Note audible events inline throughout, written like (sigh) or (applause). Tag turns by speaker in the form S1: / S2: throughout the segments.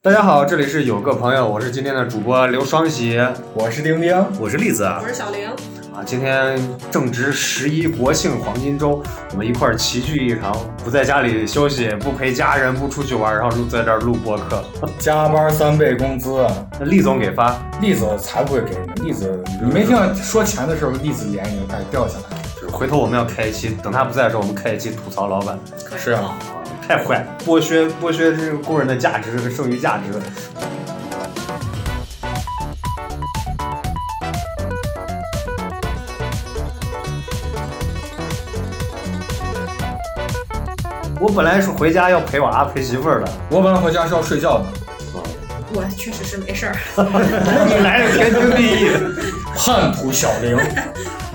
S1: 大家好，这里是有个朋友，我是今天的主播刘双喜
S2: 我是丁丁，
S3: 我是栗子，
S4: 我是小玲，
S1: 啊。今天正值十一国庆黄金周，我们一块儿齐聚一堂，不在家里休息，不陪家人，不出去玩，然后录在这儿录播客。
S2: 加班三倍工资，
S1: 那厉总给发，
S2: 栗子才不会给你，栗子你没听到说钱的时候，栗子脸已经开始掉下来了。
S1: 就是回头我们要开一期，等他不在的时候，我们开一期吐槽老板，
S4: 可以
S2: 是啊
S4: 好
S1: 啊太坏，剥削剥削这个工人的价值和剩余价值。我本来是回家要陪娃陪媳妇儿的，
S2: 我本来回家是要睡觉的，
S4: 我确实是没事儿。 (laughs)
S1: 你来是天经地义的。
S2: 叛徒小玲，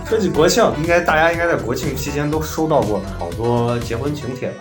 S1: 说起国庆，应该大家应该在国庆期间都收到过好多结婚请帖吧？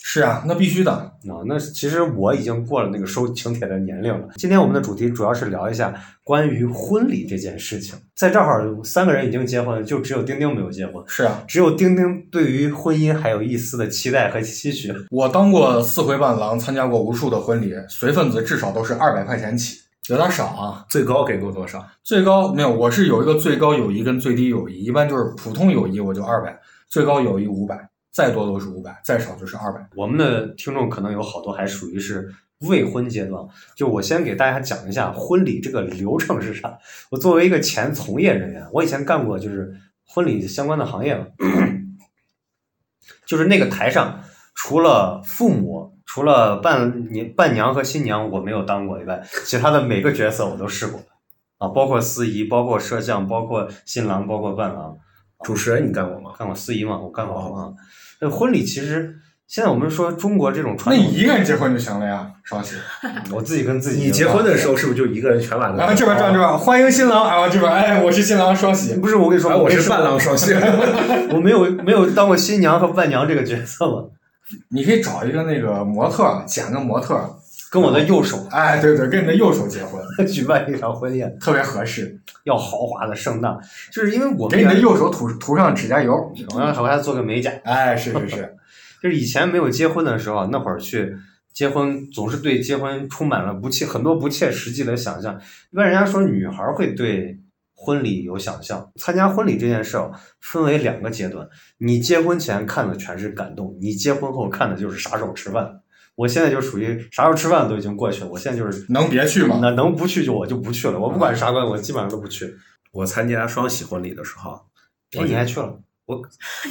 S2: (laughs) 是啊，那必须的。
S1: 啊、那其实我已经过了那个收请帖的年龄了。今天我们的主题主要是聊一下关于婚礼这件事情。在这儿三个人已经结婚了，就只有丁丁没有结婚。
S2: 是啊，
S1: 只有丁丁对于婚姻还有一丝的期待和期许。
S2: 我当过四回伴郎，参加过无数的婚礼，随份子至少都是二百块钱起，有点少啊。
S3: 最高给过多少？
S2: 最高没有，我是有一个最高友谊跟最低友谊，一般就是普通友谊我就二百，最高友谊五百，再多都是五百，再少就是二百。
S1: 我们的听众可能有好多还属于是未婚阶段，就我先给大家讲一下婚礼这个流程是啥。我作为一个前从业人员，我以前干过就是婚礼相关的行业嘛，就是那个台上除了父母。除了伴你伴娘和新娘我没有当过以外，其他的每个角色我都试过，啊，包括司仪，包括摄像，包括新郎，包括伴郎，啊
S3: 主持人你干过吗？哦
S1: 干过司仪嘛，我干过啊。那婚礼其实现在我们说中国这种
S2: 那
S1: 传统，
S2: 一个人结婚就行了呀，双喜。
S1: (laughs) 我自己跟自己
S3: 你结婚的时候是不是就一个人全完了？
S2: 然
S1: 啊
S2: 啊后这边转这边，欢迎新郎，然后这边，哎，我是新郎双喜。
S1: 不是我跟你说，
S3: 哎，我
S1: 没
S3: 是
S1: 说
S3: 伴郎，双喜。
S1: 我没有没有当过新娘和伴娘这个角色嘛，
S2: (laughs) 你可以找一个那个模特，剪个模特，
S1: 跟我的右手
S2: 哎，对对，跟你的右手结婚，
S1: 举办一场婚宴，
S2: 特别合适。
S1: 要豪华的盛大，就是因为我们
S2: 给你
S1: 原
S2: 的右手涂涂上指甲油，
S1: 我要给他做个美甲，
S2: 哎，是是是，
S1: 就是以前没有结婚的时候，那会儿去结婚，总是对结婚充满了不切很多不切实际的想象。一般人家说女孩会对婚礼有想象，参加婚礼这件事儿分为两个阶段，你结婚前看的全是感动，你结婚后看的就是啥时候吃饭。我现在就属于啥时候吃饭都已经过去了，我现在就是
S2: 能别去吗？
S1: 那能不去就我就不去了，我不管啥关系，我基本上都不去。
S3: 我参加双喜婚礼的时候，
S1: 哎，你还去了？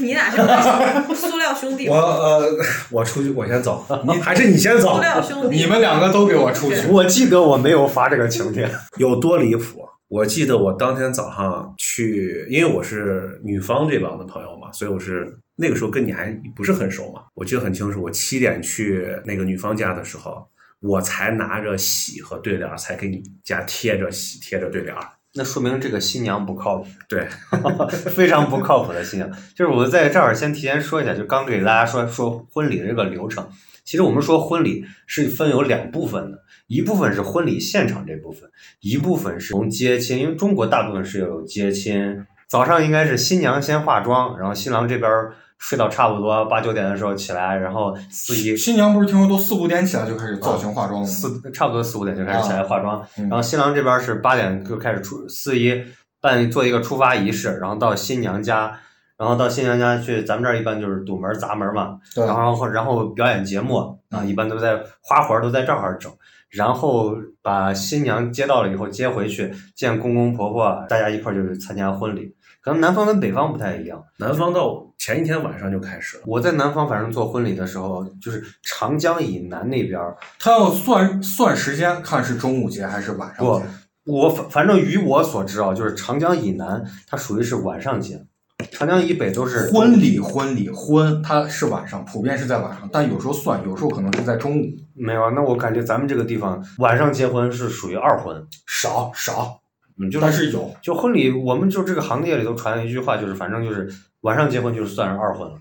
S4: 你俩是塑料兄弟，
S3: 我
S4: 塑
S3: 呃， (laughs) 我出去，我先走，你还是你先走，
S4: 料兄弟，
S2: 你们两个都给我出去，
S1: 我记得我没有发这个请帖。 (laughs)
S3: 有多离谱？我记得我当天早上去，因为我是女方这帮的朋友嘛，所以我是那个时候跟你还不是很熟嘛。我记得很清楚，我七点去那个女方家的时候，我才拿着喜和对联儿，才给你家贴着喜贴着对联儿。
S1: 那说明这个新娘不靠谱。
S3: 对，
S1: (laughs) 非常不靠谱的信仰。就是我在这儿先提前说一下，就刚给大家说说婚礼的这个流程。其实我们说婚礼是分有两部分的，一部分是婚礼现场这部分，一部分是从接亲，因为中国大部分是有接亲。早上应该是新娘先化妆，然后新郎这边睡到差不多八九点的时候起来，然后司仪
S2: 新娘不是听说都四五点起来就开始造型化妆了吗？
S1: 四差不多四五点就开始起来化妆，
S2: 嗯
S1: 然后新郎这边是八点就开始出司仪办做一个出发仪式，然后到新娘家，然后到新娘家去，咱们这儿一般就是堵门砸门嘛，
S2: 对
S3: 啊
S1: 然，后然后表演节目啊，
S2: 嗯
S1: 一般都在花活儿都在这儿整，然后把新娘接到了以后接回去，见公公婆婆，大家一块儿就是参加婚礼。可能南方跟北方不太一样，
S3: 南方到前一天晚上就开始了。
S1: 我在南方反正做婚礼的时候，就是长江以南那边儿
S2: 他要算算时间，看是中午结还是晚上
S1: 不
S2: 结。
S1: 我反反正于我所知啊，就是长江以南它属于是晚上结，长江以北都是
S2: 婚礼，婚礼，婚，它是晚上，普遍是在晚上，但有时候算，有时候可能是在中午。
S1: 没有啊。那我感觉咱们这个地方晚上结婚是属于二婚，
S2: 少少，
S1: 嗯，就
S2: 但
S1: 是
S2: 是有。
S1: 就婚礼，我们就这个行业里头传了一句话，就是反正就是晚上结婚就是算是二婚了。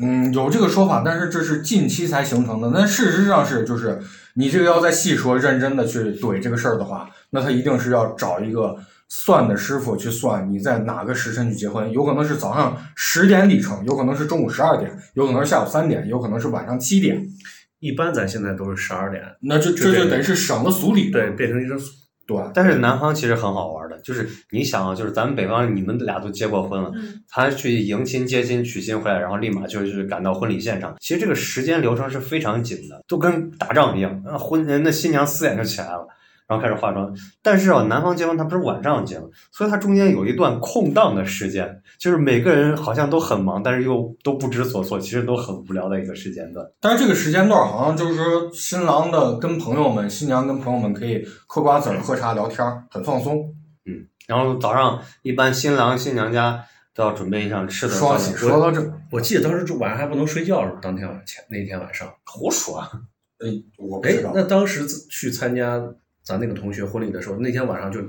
S2: 嗯，有这个说法，但是这是近期才形成的。那事实上是，就是你这个要再细说、认真的去怼这个事儿的话，那他一定是要找一个算的师傅去算你在哪个时辰去结婚，有可能是早上十点里程，有可能是中午十二点，有可能是下午三点，有可能是晚上七点。
S3: 一般咱现在都是十二点，
S2: 那就这就等于是省了俗礼。
S3: 对，变成一个
S2: 对，
S1: 但是南方其实很好玩的，就是你想啊，就是咱们北方，你们俩都结过婚了，
S4: 嗯，
S1: 他去迎亲、接亲、娶亲回来，然后立马就去赶到婚礼现场。其实这个时间流程是非常紧的，都跟打仗一样。那婚人那新娘四点就起来了，然后开始化妆。但是啊，南方结婚他不是晚上结婚，所以他中间有一段空档的时间，就是每个人好像都很忙，但是又都不知所措，其实都很无聊的一个时间段。
S2: 但是这个时间段好像就是说，新郎的跟朋友们，新娘跟朋友们可以嗑瓜子儿、喝茶、聊天儿，很放松。
S1: 然后早上一般新郎新娘家都要准备一上吃的。
S2: 双喜说到这，
S3: 我记得当时就晚上还不能睡觉，是不是当天晚前那天晚上。
S1: 胡说啊！
S2: 哎，我不
S3: 哎
S2: 知道，
S3: 那当时去参加咱那个同学婚礼的时候，那天晚上就，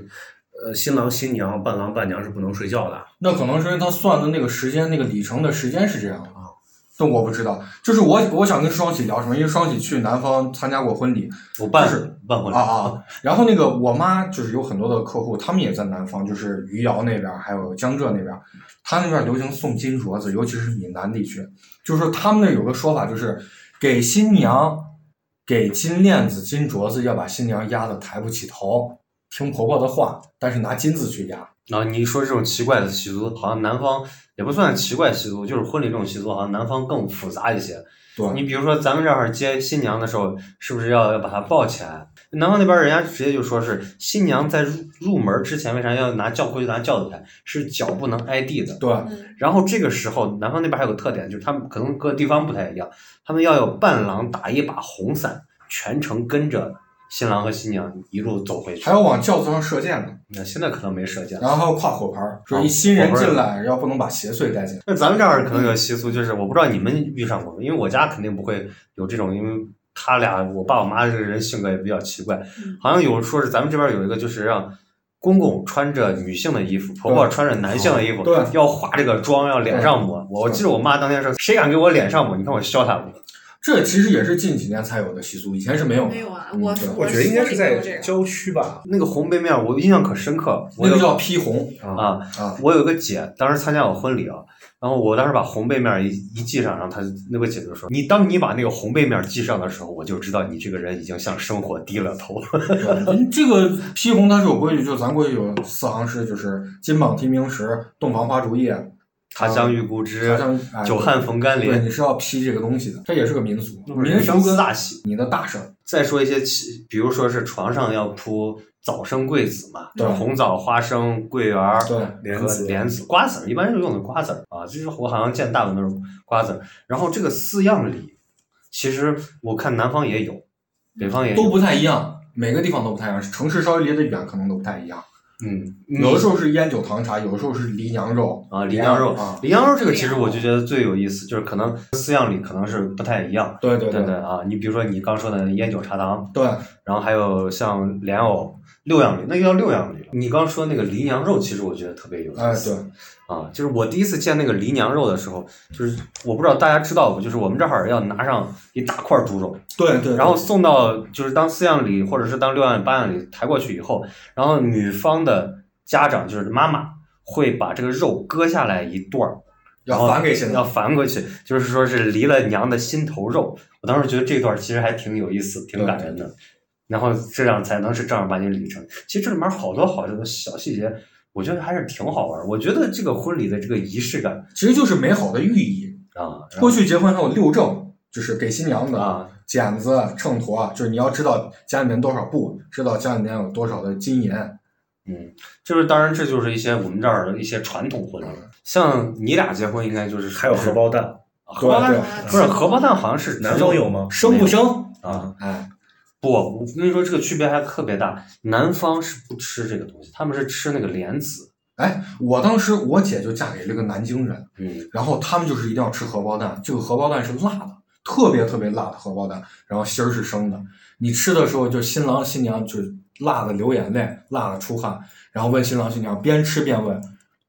S3: 呃，新郎新娘、伴郎伴娘是不能睡觉的。
S2: 那可能是因为他算的那个时间、那个里程的时间是这样的啊。但我不知道，就是我我想跟双喜聊什么，因为双喜去南方参加过婚礼，
S1: 我办
S2: 是
S1: 办婚礼
S2: 啊啊！然后那个我妈就是有很多的客户，他们也在南方，就是余姚那边儿，还有江浙那边儿，他那边儿流行送金镯子，尤其是闽南地区，就是说他们那有个说法，就是给新娘给金链子、金镯子，要把新娘压得抬不起头，听婆婆的话，但是拿金子去压。
S1: 然后你一说这种奇怪的习俗，好像南方也不算奇怪习俗，就是婚礼这种习俗，好像南方更复杂一些。
S2: 对，
S1: 你比如说，咱们这儿接新娘的时候，是不是要要把她抱起来？南方那边人家直接就说是新娘在入入门之前，为啥要拿轿回去拿轿子抬？是脚不能挨地的。
S2: 对，
S4: 嗯
S1: 然后这个时候，南方那边还有个特点，就是他们可能各地方不太一样，他们要有伴郎打一把红伞，全程跟着新郎和新娘一路走回去
S2: 还。要往轿子上射箭呢，
S1: 那现在可能没射箭了。
S2: 然后还要跨火盆儿，说
S1: 啊
S2: 一新人
S1: 火盆儿
S2: 进来要不能把邪祟带进来。
S1: 那咱们这儿可能有习俗，就是我不知道你们遇上过没，因为我家肯定不会有这种，因为他俩我爸我妈这个人性格也比较奇怪
S4: 嗯，
S1: 好像有说是咱们这边有一个就是让。公公穿着女性的衣服，婆婆穿着男性的衣服，
S2: 哦对
S1: 要化这个妆，要脸上抹。我记得我妈当天说：“谁敢给我脸上抹，你看我削他不？”
S2: 这其实也是近几年才有的习俗，以前是没有的
S4: 没。有啊，
S2: 嗯
S4: 我
S2: 对
S3: 我觉得应该是
S4: 我
S3: 在
S4: 手里没有这个
S3: 郊区吧。
S1: 那个红杯面我印象可深刻，我
S2: 那
S1: 有
S2: 个叫披红
S3: 啊，
S1: 啊，
S2: 啊，
S1: 我有个姐，当时参加我婚礼啊，然后我当时把红背面一一系上，然后她那个姐就说：“你当你把那个红背面系上的时候，我就知道你这个人已经向生活低了头了。
S2: 对嗯这个披红它是有规矩，就咱规矩有四行诗，就是金榜题名时，洞房花烛夜，
S1: 他乡遇故知
S2: 茶，香哎
S1: 久旱逢甘
S2: 对，
S1: 霖。
S2: 你是要披这个东西的，这也是个民俗，民
S1: 人
S2: 俗
S1: 生
S2: 跟
S1: 大喜。
S2: 你的大事儿。
S1: 再说一些其，比如说是床上要铺早生贵子嘛，
S2: 对
S1: 红枣、花生、桂圆儿、
S2: 对，
S3: 莲
S1: 和
S3: 子
S1: 莲子、瓜子儿，一般是用的瓜子儿啊。就是我好像见大部分都是瓜子儿。然后这个四样礼，其实我看南方也有，北方也有，
S2: 都不太一样，每个地方都不太一样，城市稍微离得远，可能都不太一样。
S1: 嗯，
S2: 有的时候是烟酒糖茶，有的时候是梨娘肉
S1: 啊，羚羊肉
S2: 啊，，
S1: 羚羊肉这个其实我就觉得最有意思，就是可能四样里可能是不太一样。
S2: 对对
S1: 对对
S2: 对
S1: 啊，你比如说你刚说的烟酒茶糖，
S2: 对，
S1: 然后还有像莲藕六样里，那就叫六样里了。你刚说那个羚羊肉，其实我觉得特别有
S2: 哎
S1: 意思。
S2: 对，
S1: 啊，就是我第一次见那个羚羊肉的时候，就是我不知道大家知道不，就是我们这儿要拿上一大块猪肉，
S2: 对对，
S1: 然后送到就是当四样礼或者是当六样礼八样礼抬过去以后，然后女方的家长就是妈妈会把这个肉割下来一段儿。
S2: 哦要返给新
S1: 要
S2: 郎。
S1: 反过去，就是说是离了娘的心头肉。我当时觉得这段其实还挺有意思，挺感人的。然后这样才能是正儿八经礼成。其实这里面好多好多的小细节，我觉得还是挺好玩儿。我觉得这个婚礼的这个仪式感
S2: 其实就是美好的寓意。
S1: 啊，然
S2: 过去结婚还有六正，就是给新娘
S1: 后
S2: 的
S1: 啊，
S2: 剪子、秤砣，啊就是你要知道家里面多少布，知道家里面有多少的金银。
S1: 嗯，就是当然这就是一些我们这儿的一些传统婚礼。像你俩结婚应该就是
S3: 还有荷包蛋，
S1: 荷包
S2: 对
S1: 蛋，
S4: 啊
S1: 不是荷包蛋，好像是
S3: 南方有吗？
S2: 生不生？
S1: 啊。
S2: 哎，
S1: 不，我跟你说，这个区别还特别大。南方是不吃这个东西，他们是吃那个莲子。
S2: 哎，我当时我姐就嫁给了一个南京人，
S1: 嗯，
S2: 然后他们就是一定要吃荷包蛋，这个荷包蛋是辣的，特别特别辣的荷包蛋，然后芯儿是生的。你吃的时候，就新郎新娘就是辣的流眼泪，辣的出汗，然后问新郎新娘，边吃边问，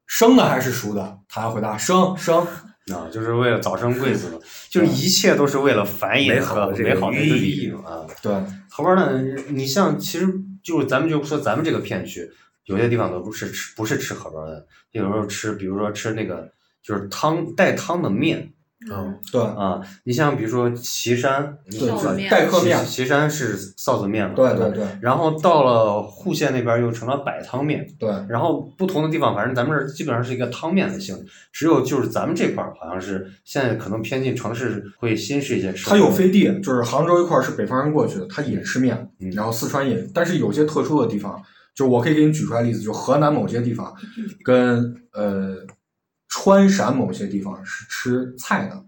S2: 生的还是熟的？他还回答生生。
S1: 啊，就是为了早生贵子嘛，就是一切都是为了繁衍
S3: 美好的
S1: 和
S3: 这个
S1: 美好的一个
S3: 寓
S1: 寓
S3: 意
S1: 意嘛啊。
S2: 对，
S1: 荷包蛋，你像其实就是咱们就说咱们这个片区，有些地方都不是吃不是吃荷包蛋，有时候吃，比如说吃那个就是汤带汤的面，
S3: 嗯，
S2: 对
S1: 啊。你像比如说岐山，
S4: 臊子面
S2: 待客面
S1: 岐，岐山是臊子面嘛，
S2: 对
S1: 吧
S2: 对对
S1: 然后到了户县那边又成了百汤面，
S2: 对，
S1: 然后不同的地方，反正咱们这儿基本上是一个汤面的性质，只有就是咱们这块儿好像是现在可能偏近城市会新式一些吃法。
S2: 它有飞地，就是杭州一块儿是北方人过去的，他也吃面
S1: 嗯，
S2: 然后四川也，但是有些特殊的地方，就我可以给你举出来例子，就河南某些地方跟呃川陕某些地方是吃菜的，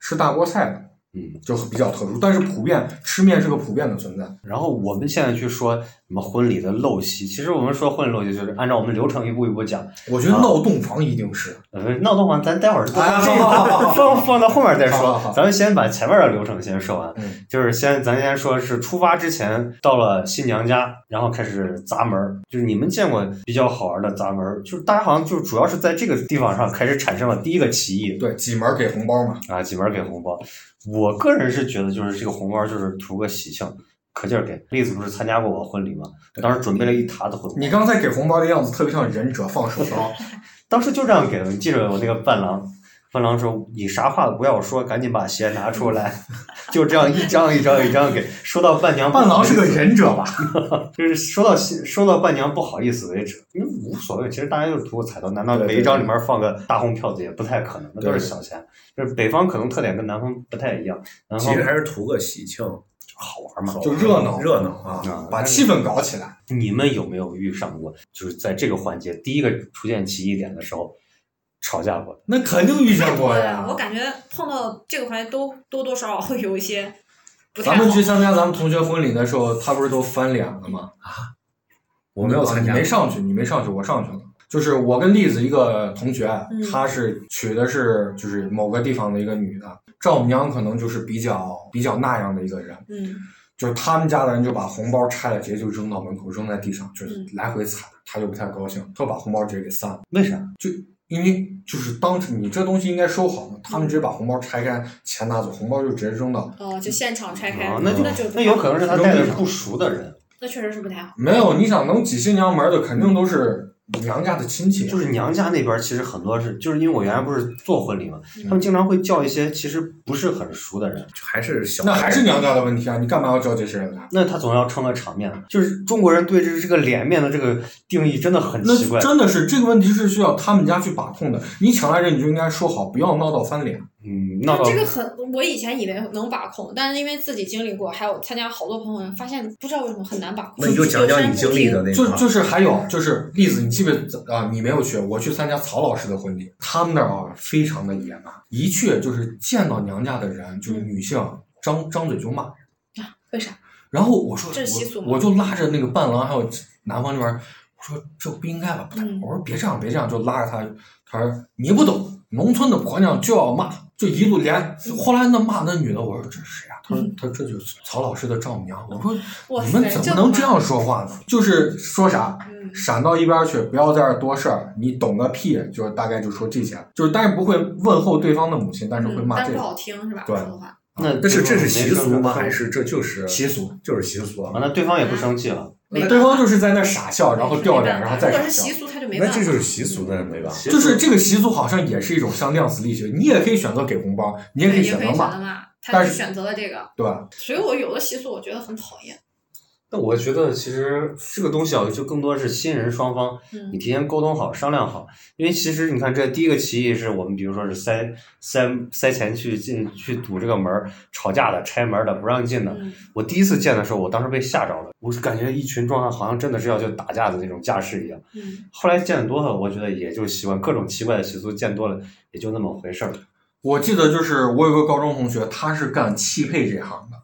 S2: 吃大锅菜的。
S1: 嗯，
S2: 就比较特殊，但是普遍吃面是个普遍的存在。
S1: 然后我们现在去说什么婚礼的陋习，其实我们说婚礼陋习就是按照我们流程一步一步讲。
S2: 我觉得闹洞房一定是，
S1: 呃，闹洞房咱待会儿
S2: 哎好好好好
S1: 放放放到后面再
S2: 好好
S1: 说
S2: 好，
S1: 咱们先把前面的流程先说完。
S2: 嗯，
S1: 就是先咱先说是出发之前到了新娘家，然后开始砸门儿，就是你们见过比较好玩的砸门儿，就是大家好像就主要是在这个地方上开始产生了第一个歧义
S2: 对，挤门儿给红包嘛，
S1: 啊，几门儿给红包。我个人是觉得就是这个红包就是图个喜庆，可劲儿给。栗子不是参加过我婚礼吗？当时准备了一沓子红包，
S2: 你刚才给红包的样子特别像忍者放手刀，
S1: 当时就这样给的。你记着我那个伴郎，伴郎说：“你啥话都不要说，赶紧把鞋拿出来。” (laughs) 就这样一张一张一张给。说到伴娘，
S2: 伴郎是个，忍者吧？
S1: 就是说到心说到伴娘不好意思为止，因为无所谓。其实大家就是图个彩头，难道
S2: 对对
S1: 每一张里面放个大红票子也不太可能，那都
S2: 对
S1: 是小钱。就是北方可能特点跟南方不太一样，南
S3: 其
S1: 方
S3: 实还是图个喜庆，
S1: 好玩嘛。
S2: 就热闹
S3: 热闹啊！
S1: 啊
S2: 把气氛搞起来。
S1: 你们有没有遇上过，就是在这个环节第一个出现歧义点的时候吵架过？
S2: 那肯定遇
S4: 太
S2: 见
S4: 多
S2: 过
S4: 了，
S2: 呀
S4: 啊我。感觉碰到这个环节都多多少少会有一些不太
S2: 咱
S4: 好
S2: 们。去参加咱们同学婚礼的时候，他不是都翻脸了吗？
S3: 我啊没有参加
S2: 你没，上去，你没上去，我上去了。就是我跟栗子一个同学，
S4: 嗯
S2: 她是娶的是就是某个地方的一个女的，丈母娘可能就是比较比较那样的一个人，
S4: 嗯，
S2: 就是他们家的人就把红包拆了，直接就扔到门口，扔在地上，就是
S4: 嗯
S2: 来回踩，他就不太高兴，他就把红包直接给散了，
S1: 为啥？
S2: 因为就是当时你这东西应该收好嘛，他们直接把红包拆开，钱拿走，红包就直接扔到。
S4: 哦，就现场拆开，
S1: 啊，那
S4: 那
S1: 就
S4: 就
S1: 那有可能是他带
S2: 扔地
S1: 的
S2: 上
S1: 不熟的人，
S4: 那确实是不太好。
S2: 没有，你想能挤新娘门儿的，肯定都是娘家的亲戚，啊
S1: 就是娘家那边其实很多是，就是因为我原来不是做婚礼嘛，
S4: 嗯
S1: 他们经常会叫一些其实不是很熟的人，
S3: 就还是小，
S2: 那还是娘家的问题啊，你干嘛要叫这些人来？
S1: 那他总要撑个场面。就是中国人对这这个脸面的这个定义真的很奇怪
S2: 那。真的是这个问题是需要他们家去把控的。你请来人，你就应该说好，不要闹到翻脸。
S1: 嗯，闹到
S4: 这个很，我以前以为能把控，但是因为自己经历过，还有参加好多朋友人，发现不知道为什么很难把控。
S3: 那你就讲讲你经历的那
S2: 就
S3: 个啊，
S2: 就是还有就是例子，你记不记得啊？你没有去，我去参加曹老师的婚礼，他们那儿啊非常的野蛮，一去就是见到娘家的人，就是女性张张嘴就骂。
S4: 啊，为啥？
S2: 然后我说
S4: 这是习俗吗
S2: 我，我就拉着那个伴郎还有男方那边儿，我说这不应该吧？不太，
S4: 嗯
S2: 我说别这样，别这样，就拉着他，他说你不懂，农村的婆娘就要骂，就一路连。后来那骂那女的，我说这是谁啊？他说
S4: 嗯
S2: 他说这就是曹老师的丈母娘。我说
S4: 哇
S2: 你
S4: 塞
S2: 们怎么能这样说话呢？就是说啥？
S4: 嗯，
S2: 闪到一边儿去，不要在这儿多事儿，你懂个屁！就是大概就说这些，就是但是不会问候对方的母亲，但是会
S4: 嗯
S2: 骂
S4: 但
S2: 这
S4: 是
S2: 个
S4: 不。好听是吧？
S2: 对
S4: 说的话，
S1: 那
S3: 但是这是习俗吗？
S1: 没
S3: 还是这就是
S2: 习俗？
S3: 就是习俗
S1: 啊？
S3: 啊？
S1: 那对方也不生气了，
S4: 没办法
S2: 对方就是在那儿傻笑，然后掉脸，然后再
S4: 如果
S2: 傻
S4: 是
S2: 笑
S4: 习。俗，他就没
S3: 那
S4: 办法。
S3: 这就是习俗的没办法。
S2: 就是这个习俗好像也是一种像量子力学，你也可以选择给红包，你也可
S4: 对
S2: 以
S4: 也
S2: 选
S4: 可以
S2: 择
S4: 选
S2: 骂，
S4: 择骂，他
S2: 但
S4: 就是选择了这个，
S2: 对吧？
S4: 所以我有的习俗我觉得很讨厌。
S1: 那我觉得其实这个东西啊，就更多是新人双方
S4: 嗯
S1: 你提前沟通好、商量好，因为其实你看，这第一个歧义是我们，比如说是塞塞塞钱去进去堵这个门儿，吵架的、拆门儿的、不让进的。
S4: 嗯，
S1: 我第一次见的时候，我当时被吓着了，我是感觉一群壮汉好像真的是要去打架的那种架势一样。
S4: 嗯，
S1: 后来见得多了，我觉得也就习惯，各种奇怪的习俗见多了也就那么回事儿。
S2: 我记得就是我有个高中同学，他是干汽配这行的，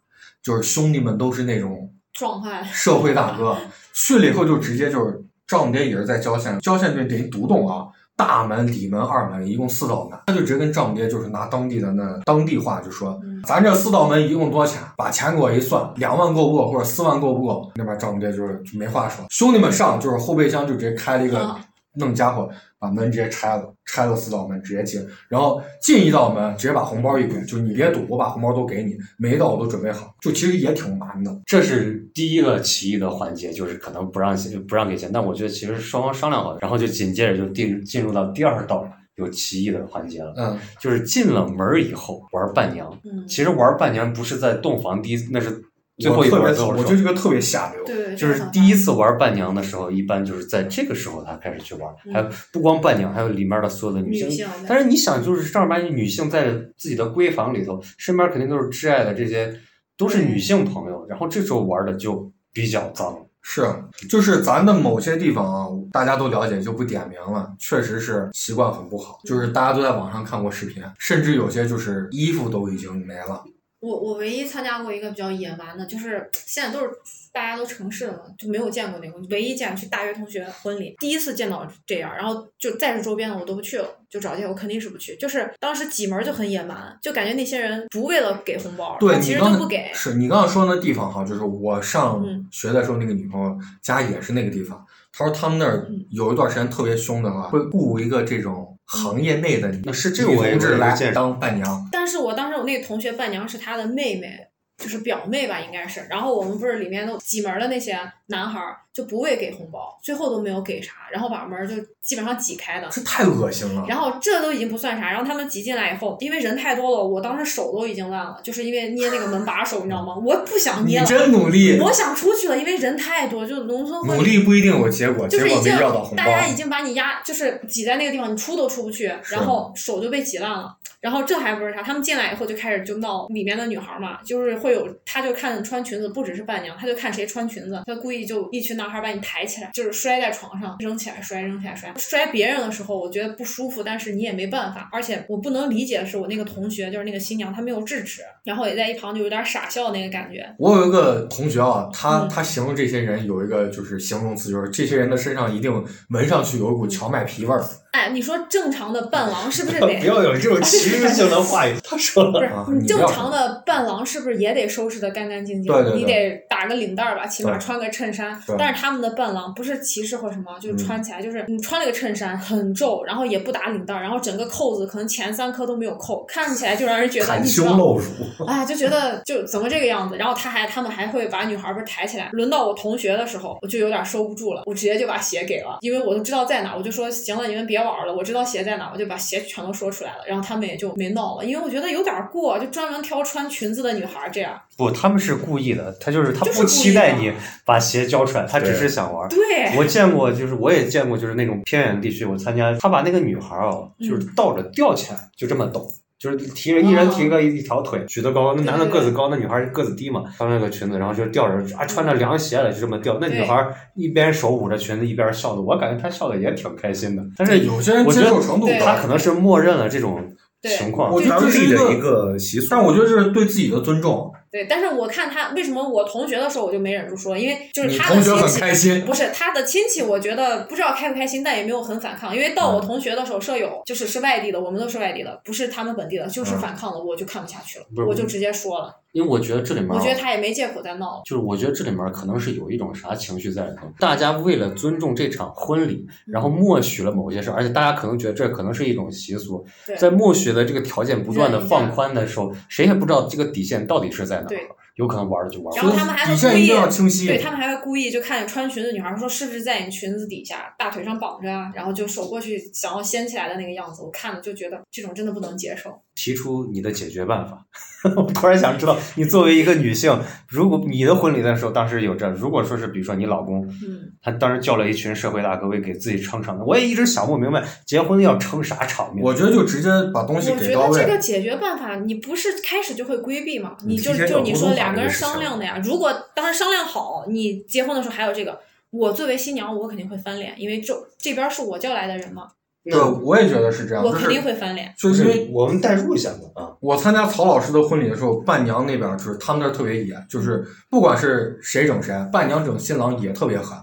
S2: 就是兄弟们都是那种
S4: 壮汉，
S2: 社会大哥，去了以后就直接就是丈母爹也是在郊县，郊县就等于独栋啊，大门、里门、二门一共四道门，他就直接跟丈母爹就是拿当地的那当地话就说，
S4: 嗯
S2: 咱这四道门一共多少钱？把钱给我一算，两万够不够，或者四万够不够？那边丈母爹就是就没话说，兄弟们上就是后备箱就直接开了一个
S4: 啊
S2: 弄家伙，把门直接拆了，拆了四道门直接进，然后进一道门直接把红包一给，就你别堵，我把红包都给你，每一道我都准备好，就其实也挺难的。
S1: 这是第一个歧义的环节，就是可能不让不让给钱，但我觉得其实双方商量好，然后就紧接着就进进入到第二道，有歧义的环节了，
S2: 嗯
S1: 就是进了门儿以后玩伴娘。
S4: 嗯，
S1: 其实玩伴娘不是在洞房第一，那是最后
S2: 我
S1: 一
S2: 特
S1: 轮
S2: 别
S1: 儿最
S2: 讨
S1: 后
S2: 我
S1: 说
S2: 觉得这个特别下流。
S4: 对，
S1: 就是第一次玩伴娘的时候，一般就是在这个时候他开始去玩，还有不光伴娘，还有里面的所有的女
S4: 嗯女
S1: 性。
S4: 性，
S1: 但是你想，就是正儿八经女性在自己的闺房里头，身边肯定都是挚爱的这些，都是女性朋友，然后这时候玩的就比较脏。
S2: 是，就是咱的某些地方啊，大家都了解，就不点名了。确实是习惯很不好，就是大家都在网上看过视频，甚至有些就是衣服都已经没了。
S4: 我我唯一参加过一个比较野蛮的，就是现在都是大家都城市了嘛，就没有见过那种，唯一见去大学同学婚礼，第一次见到这样，然后就再是周边的我都不去了，就找借口肯定是不去。就是当时挤门就很野蛮，就感觉那些人不为了给红包，
S2: 对
S4: 他
S2: 你
S4: 啊其实
S2: 刚
S4: 就
S2: 才
S4: 不给。
S2: 是你刚刚说那地方哈，就是我上
S4: 嗯
S2: 学的时候，那个女朋友家也是那个地方。她说他们那儿
S4: 嗯
S2: 有一段时间特别凶的啊话，会雇一个这种行业内的
S1: 那是
S2: 女
S1: 这个我也
S2: 同志
S1: 我也
S2: 来
S1: 见识
S2: 当伴娘。
S4: 但是我当时我那个同学伴娘是他的妹妹，就是表妹吧，应该是。然后我们不是里面都挤门的那些男孩儿就不为给红包，最后都没有给啥，然后把门就基本上挤开的。
S2: 这太恶心了。
S4: 然后这都已经不算啥，然后他们挤进来以后，因为人太多了，我当时手都已经烂了，就是因为捏那个门把手，你知道吗？我不想
S2: 你
S4: 捏了，
S2: 真努力，
S4: 我想出去了，因为人太多，就农村婚
S2: 努力不一定有结果，结
S4: 就是
S2: 果
S4: 已
S2: 没
S4: 经
S2: 要到红包
S4: 大。家已经把你压，就是挤在那个地方，你出都出不去，然后手就被挤烂了。然后这还不是啥，他们进来以后就开始就闹里面的女孩嘛，就是会有，他就看穿裙子，不只是伴娘，他就看谁穿裙子，他故意就一群男孩把你抬起来，就是摔在床上，扔起来摔，扔起来摔，摔别人的时候我觉得不舒服，但是你也没办法，而且我不能理解的是我那个同学就是那个新娘，她没有制止，然后也在一旁就有点傻笑那个感觉，
S2: 我有一个同学啊，他
S4: 嗯
S2: 他形容这些人有一个就是形容词，就是这些人的身上一定闻上去有一股荞麦皮味儿。
S4: 哎，你说正常的伴郎是不
S2: (laughs)
S4: 是得
S1: 不要有这种歧视性的话语，他说了。
S4: 不是
S2: 啊
S4: 你
S2: 你
S4: 正
S2: 要
S4: 常的伴郎是不是也得收拾的干干净净？
S2: 对对对
S4: 你得打个领带儿吧，起码
S2: 对
S4: 穿个衬衫
S2: 对。
S4: 但是他们的伴郎不是歧视或什么，就是
S2: 嗯
S4: 穿起来就是你穿了个衬衫很皱，然后也不打领带儿，然后整个扣子可能前三颗都没有扣，看起来就让人觉得
S3: 袒
S4: 你知
S3: 胸
S4: 道。
S3: 露乳，
S4: 哎，就觉得就怎么这个样子，然后他还他们还会把女孩儿不是抬起来，轮到我同学的时候，我就有点收不住了，我直接就把鞋给了，因为我都知道在哪，我就说行了，你们别玩了，我知道鞋在哪，我就把鞋全都说出来了，然后他们也就没闹了，因为我觉得有点过，就专门挑穿裙子的女孩儿这样，
S1: 不，他们是故意的，他就是他
S4: 就是
S1: 不期待
S4: 故意
S1: 你
S4: 的
S1: 把鞋交出来，他只
S3: 对
S1: 是想玩儿。
S4: 对，
S1: (laughs) 我见过，就是我也见过，就是那种偏远地区，我参加，他把那个女孩儿啊，
S4: 嗯
S1: 就是倒着吊起来，就这么抖，就是提着一人提
S4: 哦
S1: 个一一条腿，举得高，那
S4: 对
S1: 男的
S4: 对
S1: 个子高，那女孩儿个子低嘛，穿那个裙子，然后就吊着，啊，穿着凉鞋了，就这么吊。那女
S4: 对
S1: 孩儿一边手捂着裙子，一边笑的，我感觉她笑的也挺开心的，但
S2: 但
S1: 是
S2: 是有些人
S1: 我觉
S2: 接
S1: 得
S2: 受程度
S4: 对
S2: 高，
S1: 她可能是默认了这种
S4: 对
S1: 情况
S2: 我。觉得
S3: 当
S2: 这是
S3: 地
S2: 一
S3: 的一
S2: 个，
S3: 个习俗。
S2: 但我觉得这是对自己的尊重。
S4: 对，但是我看他为什么我同学的时候我就没忍住说，因为就是
S2: 你
S4: 他的
S2: 同学
S4: 亲
S2: 很
S4: 戚
S2: 开心，
S4: 不是他的亲戚，我觉得不知道开不开心，但也没有很反抗，因为到我同学的时候，舍友就是是外地的，我们都是外地的，不是他们本地的，就是反抗的，我就看不下去了
S1: 嗯不是，
S4: 我就直接说了，
S1: 因为我觉得这里面啊，
S4: 我觉得他也没借口再闹了。
S1: 就是我觉得这里面可能是有一种啥情绪在里头，大家为了尊重这场婚礼，然
S4: 嗯
S1: 后默许了某些事儿，而且大家可能觉得这可能是一种习俗，
S4: 对
S1: 在默许的这个条件不断的放宽的时候，谁也不知道这个底线到底是在哪
S4: 对，
S1: 有可能玩儿就玩儿
S4: 然后
S1: 了。
S4: 他们还
S2: 底
S4: 会
S2: 线
S4: 故
S2: 一
S4: 意
S2: 定要清晰。
S4: 对他们还会故意就看穿裙子女孩说是不是在你裙子底下大腿上绑着啊，然后就手过去想要掀起来的那个样子，我看了就觉得这种真的不能接受。
S1: 提出你的解决办法。 (laughs) 我突然想知道，你作为一个女性，如果你的婚礼的时候，当时有这，如果说是比如说你老公
S4: 嗯，
S1: 他当时叫了一群社会大哥为给自己撑场面，我也一直想不明白，结婚要撑啥场面？
S2: 我觉得就直接把东
S4: 我
S2: 西
S4: 觉
S2: 给到
S4: 得这个
S2: 位。
S4: 解决办法，你不是开始就会规避嘛？
S3: 你
S4: 你就
S3: 提前
S4: 就
S3: 有
S4: 你
S3: 沟
S4: 说
S3: 通
S4: 两
S3: 好
S4: 个
S3: 这
S4: 人
S3: 个事
S4: 商
S3: 情
S4: 量的呀。如果当时商量好，你结婚的时候还有这个，我作为新娘，我肯定会翻脸，因为这这边是我叫来的人嘛，
S2: 对，我也觉得是这样，
S4: 我
S2: 就
S4: 肯定
S2: 是
S4: 会翻脸。
S2: 就是因为
S1: 我们代入一下嘛啊。
S2: 我参加曹老师的婚礼的时候，伴娘那边就是他们那儿特别野，就是不管是谁整谁，伴娘整新郎也特别狠，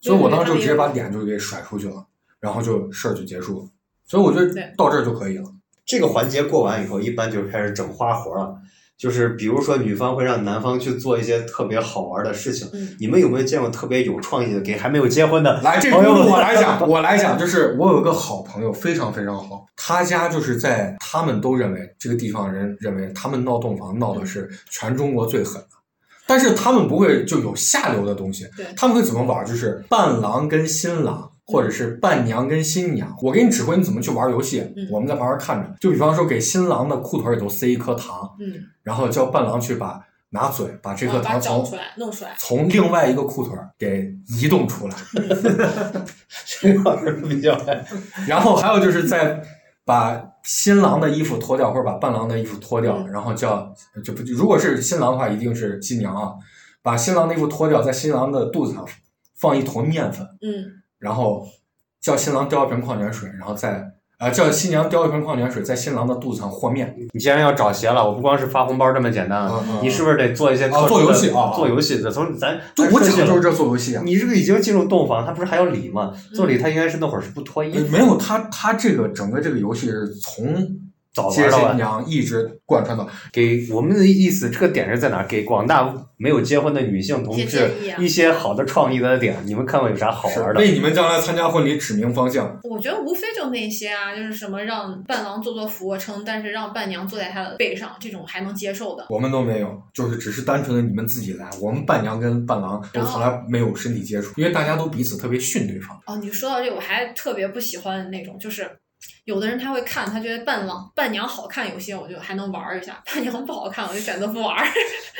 S2: 所以我当时就直接把脸就给甩出去了，然后就事儿就结束了。所以我觉得
S4: 对
S2: 到这儿就可以了。
S1: 这个环节过完以后，一般就开始整花活了，就是比如说女方会让男方去做一些特别好玩的事情。
S4: 嗯，
S1: 你们有没有见过特别有创意的给还没有结婚的？
S2: (laughs) 来，这
S1: 朋
S2: 轱
S1: 友
S2: 辘
S1: 们
S2: 我来讲，我来讲，就是我有一个好朋友，非常非常好，他家就是在他们都认为这个地方人认为他们闹洞房闹的是全中国最狠的，但是他们不会就有下流的东西
S4: 对，
S2: 他们会怎么玩儿？就是伴郎跟新郎或者是伴娘跟新娘，我给你指挥你怎么去玩游戏
S4: 嗯，
S2: 我们在旁边看着。就比方说给新郎的裤腿里头塞一颗糖，
S4: 嗯，
S2: 然后叫伴郎去把拿嘴把这颗
S4: 哦把它
S2: 糖
S4: 找
S2: 从
S4: 出来，弄出来，
S2: 从另外一个裤腿儿给移动出来，
S1: (laughs) 这个比较
S2: 然后还有就是在把新郎的衣服脱掉，或者把伴郎的衣服脱掉，然后叫就不如果是新郎的话，一定是新娘啊，把新郎的衣服脱掉，在新郎的肚子上放一坨面粉，
S4: 嗯
S2: 然后叫新郎叼一瓶矿泉水，然后再。呃，叫新娘叼一瓶矿泉水，在新郎的肚子上和面。
S1: 你既然要找鞋了，我不光是发红包这么简单啊，
S2: 嗯嗯
S1: 你是不是得做一些特
S2: 哦
S1: 殊的
S2: 做游戏哦
S1: 做游戏的，从咱
S2: 就
S1: 咱
S2: 我
S1: 设
S2: 讲
S1: 计
S2: 的就
S1: 了
S2: 是这做游戏啊。
S1: 你这个已经进入洞房，他不是还有礼吗？做
S4: 嗯
S1: 礼他应该是那会儿是不脱衣
S2: 呃
S1: 服，
S2: 没有他，他这个整个这个游戏是从
S1: 早
S2: 接
S1: 玩到
S2: 新
S1: 晚。
S2: 娘一直贯穿到
S1: 给我们的意思，这个点是在哪儿？给广大没有结婚的女性同
S4: 一些
S1: 志
S4: 建议啊
S1: 一些好的创意的点，你们看看有啥好
S2: 是
S1: 玩的？
S2: 为你们将来参加婚礼指明方向。
S4: 我觉得无非就那些啊，就是什么让伴郎做做俯卧撑，但是让伴娘坐在他的背上，这种还能接受的。
S2: 我们都没有，就是只是单纯的你们自己来。我们伴娘跟伴郎都从来没有身体接触，因为大家都彼此特别训对方。
S4: 哦，你说到这个，我还特别不喜欢那种，就是有的人他会看，他觉得伴郎伴娘好看，有些我就还能玩儿一下；伴娘不好看，我就选择不 (laughs) 玩儿。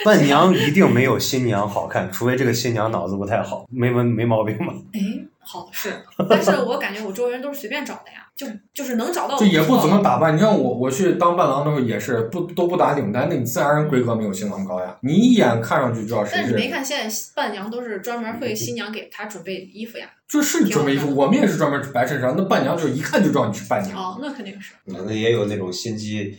S1: 伴娘一定没有新娘好看，除非这个新娘脑子不太好，没问没毛病吧？
S4: 哎，好是， (laughs) 但是我感觉我周围人都是随便找的呀，就就是能找到我
S2: 就也不
S4: 知
S2: 怎
S4: 道
S2: 么打扮。你像我，我去当伴郎的时候也是不都不打领带，那你自然而然规格没有新郎高呀。你一眼看上去知道谁
S4: 但是
S2: 是
S4: 没看现在伴娘都是专门会新娘给她准备衣服呀。
S2: 就是准备衣服，我们也是专门白衬衫，那伴娘就一看就知道你是伴娘。
S4: 哦，那肯定是。
S5: 可能也有那种心机。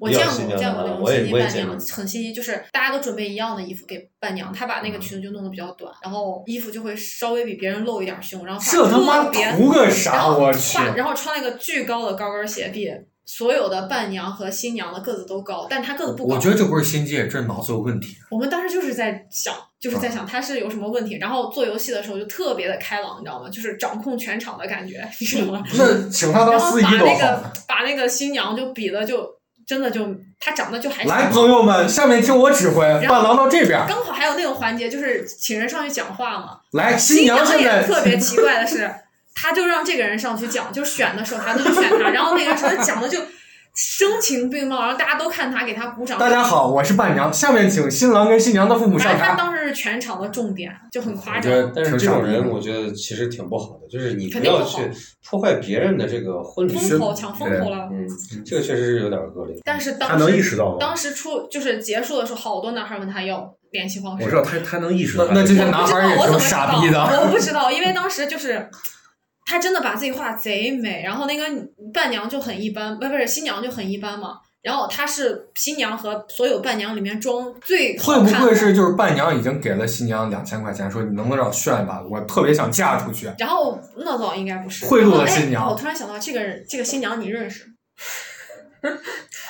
S4: 我
S5: 比
S4: 见
S5: 较
S4: 过，
S5: 新
S4: 我
S5: 疆
S4: 见
S5: 的
S4: 过那
S5: 啊
S4: 种
S5: 我也
S4: 新
S5: 我
S4: 衣
S5: 也
S4: 伴
S5: 见
S4: 娘
S5: 过
S4: 很新衣，就是大家都准备一样的衣服给伴娘，她把那个裙子就弄得比较短，然后衣服就会稍微比别人露一点胸，然后
S2: 这
S4: 画
S2: 他妈
S4: 特别
S2: 图个
S4: 然
S2: 啥？
S4: 后
S2: 我去！
S4: 画，然后穿了一个巨高的高跟鞋，比所有的伴娘和新娘的个子都高，但是她个子不高。
S2: 我觉得这不是心机，这是脑子有问题。
S4: 我们当时就是在想，就是在想他是有什么问题，然后做游戏的时候就特别的开朗，你知道吗？就是掌控全场的感觉，你知道吗？
S2: 那请他当
S4: 然后
S2: 司
S4: 把
S2: 仪多
S4: 那
S2: 好啊
S4: 个。把那个新娘就比的就真的就她长得就还
S2: 来，
S4: 行
S2: 朋友们，下面听我指挥，
S4: 后
S2: 伴郎到这边。
S4: 刚好还有那种环节，就是请人上去讲话嘛。
S2: 来，
S4: 呃新
S2: 新娘现
S4: 也
S2: 在
S4: 特别奇怪的是，他就让这个人上去讲，就选的时候他就选他，然后那个人上去讲的就声情并茂，然后大家都看他，给他鼓掌。
S2: 大家好，我是伴娘，下面请新郎跟新娘的父母
S4: 反
S2: 上
S4: 正他
S2: 台。
S4: 当时是全场的重点，就很夸
S5: 我
S4: 张
S5: 觉。得，但是这种
S2: 挺傻逼
S5: 人，
S2: 的
S5: 我觉得其实挺不好的，就是你
S4: 肯
S5: 不
S4: 定不
S5: 要
S4: 好
S5: 去破坏别人的这个婚礼。
S4: 风头抢风头了。
S5: 嗯，这个确实是有点恶劣。
S4: 但是当
S3: 他
S4: 时
S3: 能意识到吗？
S4: 当时出就是结束的时候，好多男孩问他要联系方式。
S3: 我知道他他能意识到
S2: 那
S3: 他
S2: 那
S3: 的
S2: 这
S3: 问
S2: 些
S3: 题
S2: (laughs) 男孩也
S4: 我不知道我怎
S2: 挺
S4: 么知道
S2: 傻逼的。
S4: (laughs) 我不知道，因为当时就是。他真的把自己画贼美，然后那个伴娘就很一般，不不是新娘就很一般嘛。然后她是新娘和所有伴娘里面妆最好
S2: 会
S4: 看
S2: 不
S4: 的
S2: 会是就是伴娘已经给了新娘两千块钱，说你能不能让我炫一把？我特别想嫁出去。
S4: 然后那倒应该不是
S2: 贿赂了
S4: 然后哎
S2: 新娘
S4: 我突然想到，这个人，这个新娘你认识？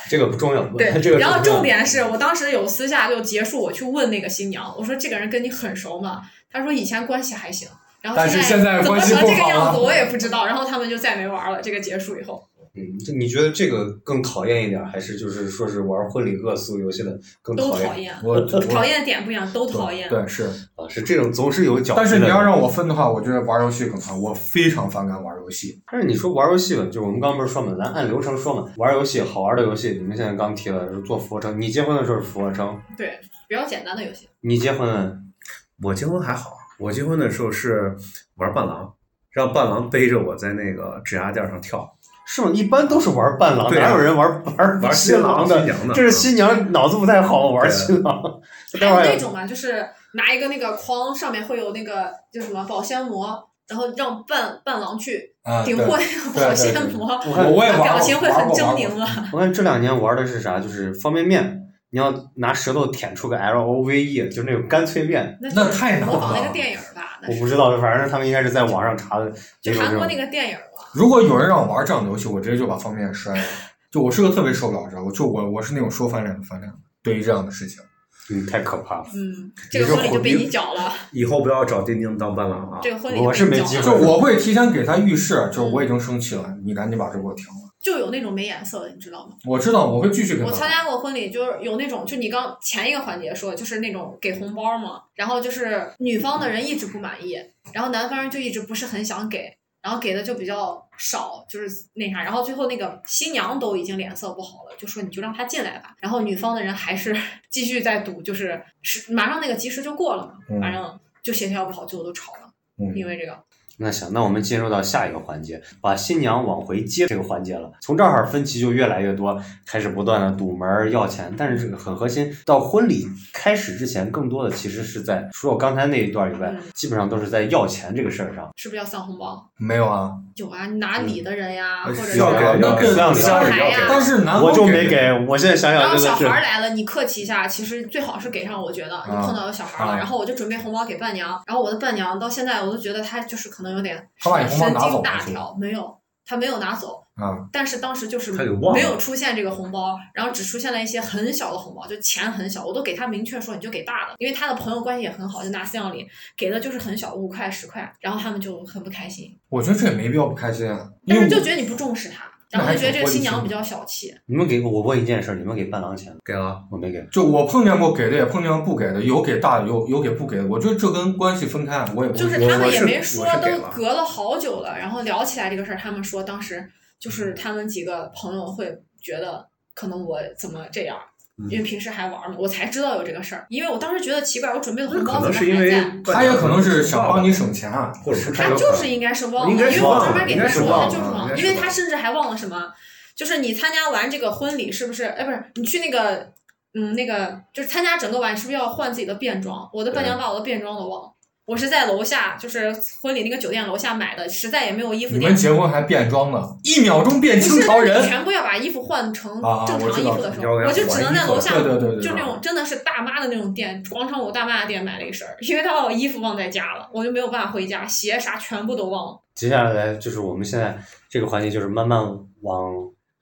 S1: 这个不重要，
S4: 对
S2: (laughs)
S1: 这个。
S4: 然后重
S1: 点。
S4: 点是我当时有私下就结束，我去问那个新娘，我说这个人跟你很熟吗？她说以前关系还行，然后
S2: 但是
S4: 现
S2: 现在
S4: 怎么
S2: 关系
S4: 成
S2: 不
S4: 这个
S2: 好啊
S4: 样子
S2: 了
S4: 我也不知道。然后他们就再没玩了。这个结束以后，
S1: 嗯，就你觉得这个更讨厌一点，还是就是说是玩婚礼恶俗游戏的更
S4: 都
S1: 讨厌
S4: 讨厌，
S2: 我我
S4: 讨厌的点不一样，都讨厌。
S2: 对是，
S1: 啊？是这种总是有侥
S2: 但是
S1: 幸
S2: 你
S1: 的
S2: 要
S1: 人。
S2: 让我分的话，我觉得玩游戏更好。我非常反感玩游戏。
S1: 但是你说玩游戏吧，就是我们刚刚不是说嘛，咱按流程说嘛，玩游戏好玩的游戏，你们现在刚提了是做俯卧撑，你结婚的时候是俯卧撑，
S4: 对，比较简单的游戏。
S1: 你结婚
S3: 我结婚还好，我结婚的时候是玩伴郎，让伴郎背着我在那个指压垫上跳，
S1: 是吗？一般都是玩伴郎，
S3: 对啊
S1: 哪有人玩玩
S3: 玩
S1: 新郎
S3: 新
S1: 的？啊
S3: 娘的，嗯
S1: 这是新娘脑子不太好，玩
S3: 对啊
S1: 新郎。 (laughs)
S4: 还
S1: 待
S4: 有
S1: 会儿
S4: 那种嘛，就是拿一个那个筐，上面会有那个叫什么保鲜膜，然后让伴伴郎去
S2: 啊，对
S4: 顶破那个
S2: 对
S4: (laughs) 保
S2: 对
S4: 鲜
S2: 对
S4: 膜，
S1: 我
S2: 我
S1: 看
S2: 我也玩过，
S4: 啊表情会很
S2: 玩过
S4: 狰
S2: 玩过
S4: 狞的。
S1: 我看这两年玩的是啥，就是方便面，你要拿舌头舔出个 L O V E，就是那种干脆面。
S4: 那
S2: 那太难
S4: 模仿那
S2: 了
S4: 个电影儿吧，那
S1: 我
S4: 是
S1: 不知道，反正他们应该是在网上查的
S4: 就
S1: 哪种
S4: 韩
S1: 这
S4: 国
S1: 种
S4: 那个电影儿嘛。
S2: 如果有人让我玩这样的游戏，我直接就把方便面摔了。就我是个特别受不了这，我就我我是那种说翻脸不翻脸的。对于这样的事情，
S1: 嗯，太可怕了。
S4: 嗯，这个
S3: 你是
S4: 婚礼就被
S3: 混
S4: 你搅了，
S3: 以后不要找丁丁当伴郎啊
S4: 这。个婚礼
S1: 我
S4: 被
S1: 是
S4: 你
S1: 没
S4: 搅
S1: 机
S4: 了
S1: 会
S2: 就我会提前给他预示，就是我已经生气了，你赶紧把这给我停了。
S4: 就有那种没眼色的，你知道吗？
S2: 我知道我会继续跟
S4: 我参
S2: 他。
S4: 加过婚礼，就是有那种，就你刚前一个环节说，就是那种给红包嘛，然后就是女方的人一直不满意，然后男方人就一直不是很想给，然后给的就比较少，就是那啥，然后最后那个新娘都已经脸色不好了，就说你就让她进来吧。然后女方的人还是继续在赌，就是是马上那个吉时就过了嘛，
S2: 嗯
S4: 反正就协调不好，最后都吵了，
S2: 嗯
S4: 因为这个。
S1: 那行，那我们进入到下一个环节，把新娘往回接这个环节了。从这儿分歧就越来越多，开始不断的堵门儿要钱，但是这个很核心。到婚礼开始之前，更多的其实是在除了刚才那一段以外
S4: 嗯，
S1: 基本上都是在要钱这个事儿上。
S4: 是不是要散红包？
S2: 没有啊，
S4: 有啊，你拿礼的人
S2: 呃
S4: 呀，啊或者
S2: 需
S4: 是
S2: 要给
S1: 要
S2: 那
S1: 给要
S2: 个
S1: 给
S4: 小孩呀
S2: 但是男方
S1: 我就没给，我现在
S2: 哎
S1: 想
S4: 然
S1: 想
S4: 后
S1: 真
S4: 小
S1: 的
S4: 孩
S1: 是
S4: 儿来了，你客气一下，其实最好是给上。我觉得你
S2: 啊
S4: 碰到有小孩儿了，
S2: 啊
S4: 然后我就准备红包给伴娘，然后我的伴娘到现在我都觉得她就是可能有点
S2: 他把你红包
S4: 神
S2: 拿
S4: 经
S2: 走了
S4: 大
S2: 是吧？
S4: 条，没有，她没有拿走，
S2: 啊，
S4: 但是当时就是
S3: 她给忘了
S4: 没有出现这个红包，然后只出现了一些很小的红包，就钱很小，我都给她明确说你就给大的，因为她的朋友关系也很好，就拿四样礼给的就是很小，五块十块，然后他们就很不开心，
S2: 我觉得这也没必要不开心啊，因为
S4: 但是就
S2: 我
S4: 觉得你不重视她，
S2: 那
S4: 然后
S2: 还
S4: 就觉得
S2: 挺
S4: 这个
S2: 玻璃
S4: 新娘
S2: 心
S4: 比较小气。
S1: 你们给我问一件事，你们给伴郎钱吗
S3: 给了，
S1: 我没给，
S2: 就我碰见过给的，也碰见过不给的，有给大的，有有给不给的。我觉得这跟关系分开，我也不
S4: 就是
S2: 说
S4: 他们
S3: 我
S4: 也
S3: 是
S4: 没说
S3: 我是，给
S4: 都
S3: 了
S4: 隔了好久了，然后聊起来这个事儿，他们说当时就是
S3: 嗯
S4: 他们几个朋友会觉得。可能我怎么这样？
S3: 嗯
S4: 因为平时还玩嘛，我才知道有这个事儿。因为我当时觉得奇怪，我准备的
S3: 那
S4: 红
S3: 可
S4: 包
S3: 能
S4: 怎么
S3: 是因
S4: 还
S3: 为
S4: 在？
S2: 他也可能是想帮你，省钱啊。
S3: 或者是
S4: 他就是应该是忘了，
S3: 应该是
S4: 因为我
S3: 忘了
S4: 专门给他说，
S3: 应该是忘
S4: 他
S3: 了
S4: 就是忘了，
S3: 应该是
S4: 因为他甚至还忘了什么，就是你参加完这个婚礼是不是？哎，不是，你去那个，嗯，那个就是参加整个晚，你是不是要换自己的便装？我的伴娘把我的便装都忘了。我是在楼下，就是婚礼那个酒店楼下买的，实在也没有衣服
S2: 你
S4: 店
S2: 们，结婚还变装呢，一秒钟变
S4: 不
S2: 清
S4: 是
S2: 朝人。
S4: 全部要把衣服换成
S2: 啊
S4: 正常
S2: 我知
S4: 衣
S2: 道
S4: 服的时候，
S3: 要给他
S4: 我就只能在楼下
S2: 对对对对，
S4: 就那种真的是大妈的那种店，广场舞大妈的店买了一身儿，因为她把我衣服忘在家了，我就没有办法回家，鞋啥全部都忘了。
S1: 接下来就是我们现在这个环节，就是慢慢往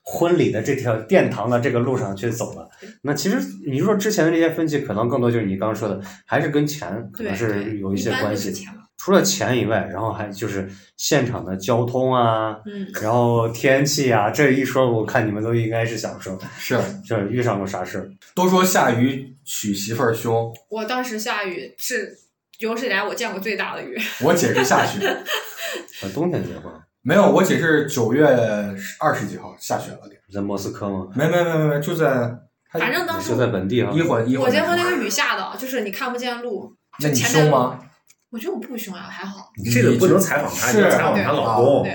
S1: 婚礼的这条殿堂的这个路上去走了。那其实你说之前的这些分歧，可能更多就是你刚刚说的，还是跟钱可
S4: 对，
S1: 能是有一些
S4: 般
S1: 关
S4: 就是
S1: 系。
S4: 钱嘛
S1: 除了钱以外，然后还就是现场的交通啊，
S4: 嗯，
S1: 然后天气啊，这一说，我看你们都应该是想说，
S2: 是
S1: 这遇上过啥事儿？
S2: 都说下雨娶媳妇儿凶，
S4: 我当时下雨是有史以来我见过最大的雨，
S2: 我姐是下雪，
S1: 呃冬天结婚
S2: 没有，我姐是九月二十几号下雪了点，
S1: 在莫斯科吗？
S2: 没没没没没，就在
S4: 反正当时
S1: 就在本地哈。啊
S3: 嗯
S2: 一会儿一会儿
S4: 我结婚那个雨下的，就是你看不见路，
S2: 那你
S4: 前面
S2: 凶吗？
S4: 我觉得我不凶啊，还好。
S3: 你这个不能采访她，你要采访她老公
S4: 对，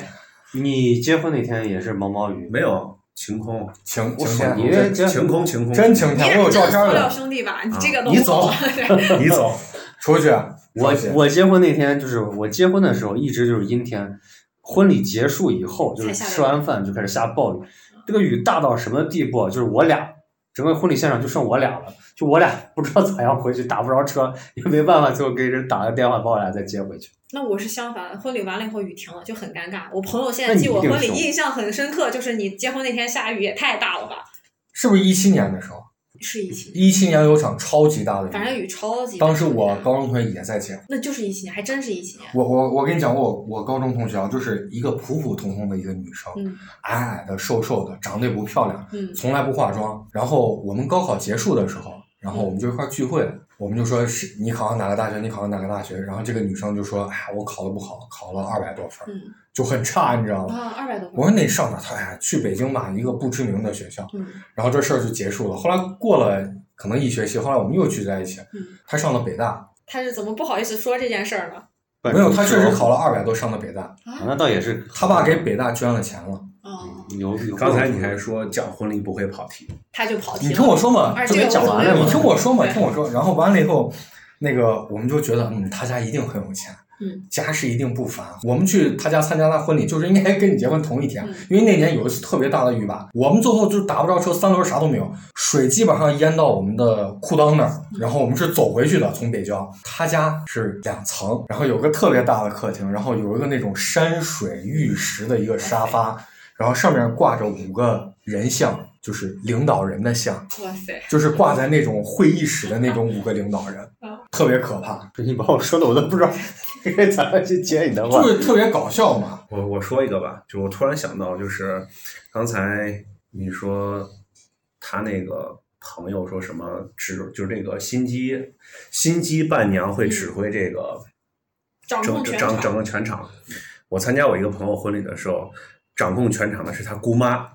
S1: 你结婚那天也是毛毛雨，
S3: 没有晴空，
S2: 晴
S1: 我
S2: 晴
S1: 说
S2: 天，
S1: 你这这
S3: 晴空晴空，
S2: 真晴
S4: 你也
S2: 天，我有照片
S4: 真塑料
S2: 的，
S4: 兄弟吧？你
S3: 啊
S4: 这个都
S2: 你
S4: 不
S2: 走
S4: 懂 (laughs) 对
S3: 你走，
S2: 出去。啊
S1: 我
S2: 出去
S1: 我结婚那天就是我结婚的时候一直就是阴天，婚礼结束以后就是
S4: 才下
S1: 吃完饭就开始下暴雨，这个雨大到什么地步啊？就是我俩整个婚礼现场就剩我俩了，就我俩不知道咋样回去，打不着车，也没办法，最后给人打个电话把我俩再接回去。
S4: 那我是相反，婚礼完了以后雨停了，就很尴尬。我朋友现在
S1: 那你
S4: 记我
S1: 一定
S4: 婚礼
S1: 凶
S4: 印象很深刻，就是你结婚那天下雨也太大了吧？
S2: 是不是一七年的时候？
S4: 是一起，
S2: 一七年有场超级大的雨，
S4: 反正雨超级大。
S2: 当时我高中同学也在结婚。
S4: 那就是一起年，还真是一起年。
S2: 我我我跟你讲过，我我高中同学啊，就是一个普普通通的一个女生，
S4: 嗯
S2: 矮矮的、瘦瘦的，长得也不漂亮，
S4: 嗯，
S2: 从来不化妆。然后我们高考结束的时候，然后我们就一块儿聚会，我们就说是你考上哪个大学，你考上哪个大学。然后这个女生就说：“哎呀，我考的不好，考了二百多分儿，
S4: 嗯
S2: 就很差，你知道吗
S4: 啊，二百多？”
S2: 我
S4: 分。
S2: 说：“那你上哪儿？”她说：“哎呀，去北京吧，一个不知名的学校。”
S4: 嗯
S2: 然后这事儿就结束了。后来过了可能一学期，后来我们又聚在一起
S4: 嗯。
S2: 她上了北大，，
S4: 他是怎么不好意思说这件事儿呢？
S1: 没
S2: 没有，她确实考了二百多，上的北大。
S1: 那倒也是，
S2: 他爸给北大捐了钱了。
S4: 哦，
S1: 有有。
S3: 刚才你还说讲婚礼不会跑题，
S4: 他就跑题了。
S2: 你听我说嘛
S4: 而，
S2: 就
S4: 且
S1: 讲完了
S2: 你听我说嘛，
S4: 对
S2: 听我说。然后完了以后，那个我们就觉得，嗯，他家一定很有钱，
S4: 嗯，
S2: 家世一定不凡。我们去他家参加他婚礼，就是应该跟你结婚同一天
S4: 嗯，
S2: 因为那年有一次特别大的雨吧，我们最后就打不着车，三轮啥都没有，水基本上淹到我们的裤裆那儿。
S4: 嗯
S2: 然后我们是走回去的，从北郊。他家是两层，然后有个特别大的客厅，然后有一个那种山水玉石的一个沙发，然后上面挂着五个人像，就是领导人的像。
S4: 哇塞，
S2: 就是挂在那种会议室的那种五个领导人
S4: 啊，
S2: 特别可怕，
S1: 你把我说的我都不知道 (laughs) 该咋样去接你的话
S2: (laughs) 就。是特别搞笑嘛。
S3: 我我说一个吧，就是我突然想到，就是刚才你说他那个朋友说什么指，就是那个心机心机伴娘会指挥这个
S4: 掌
S3: 整
S4: 控全
S3: 整整
S4: 场。
S3: 个全场。我参加我一个朋友婚礼的时候，掌控全场的是他姑妈，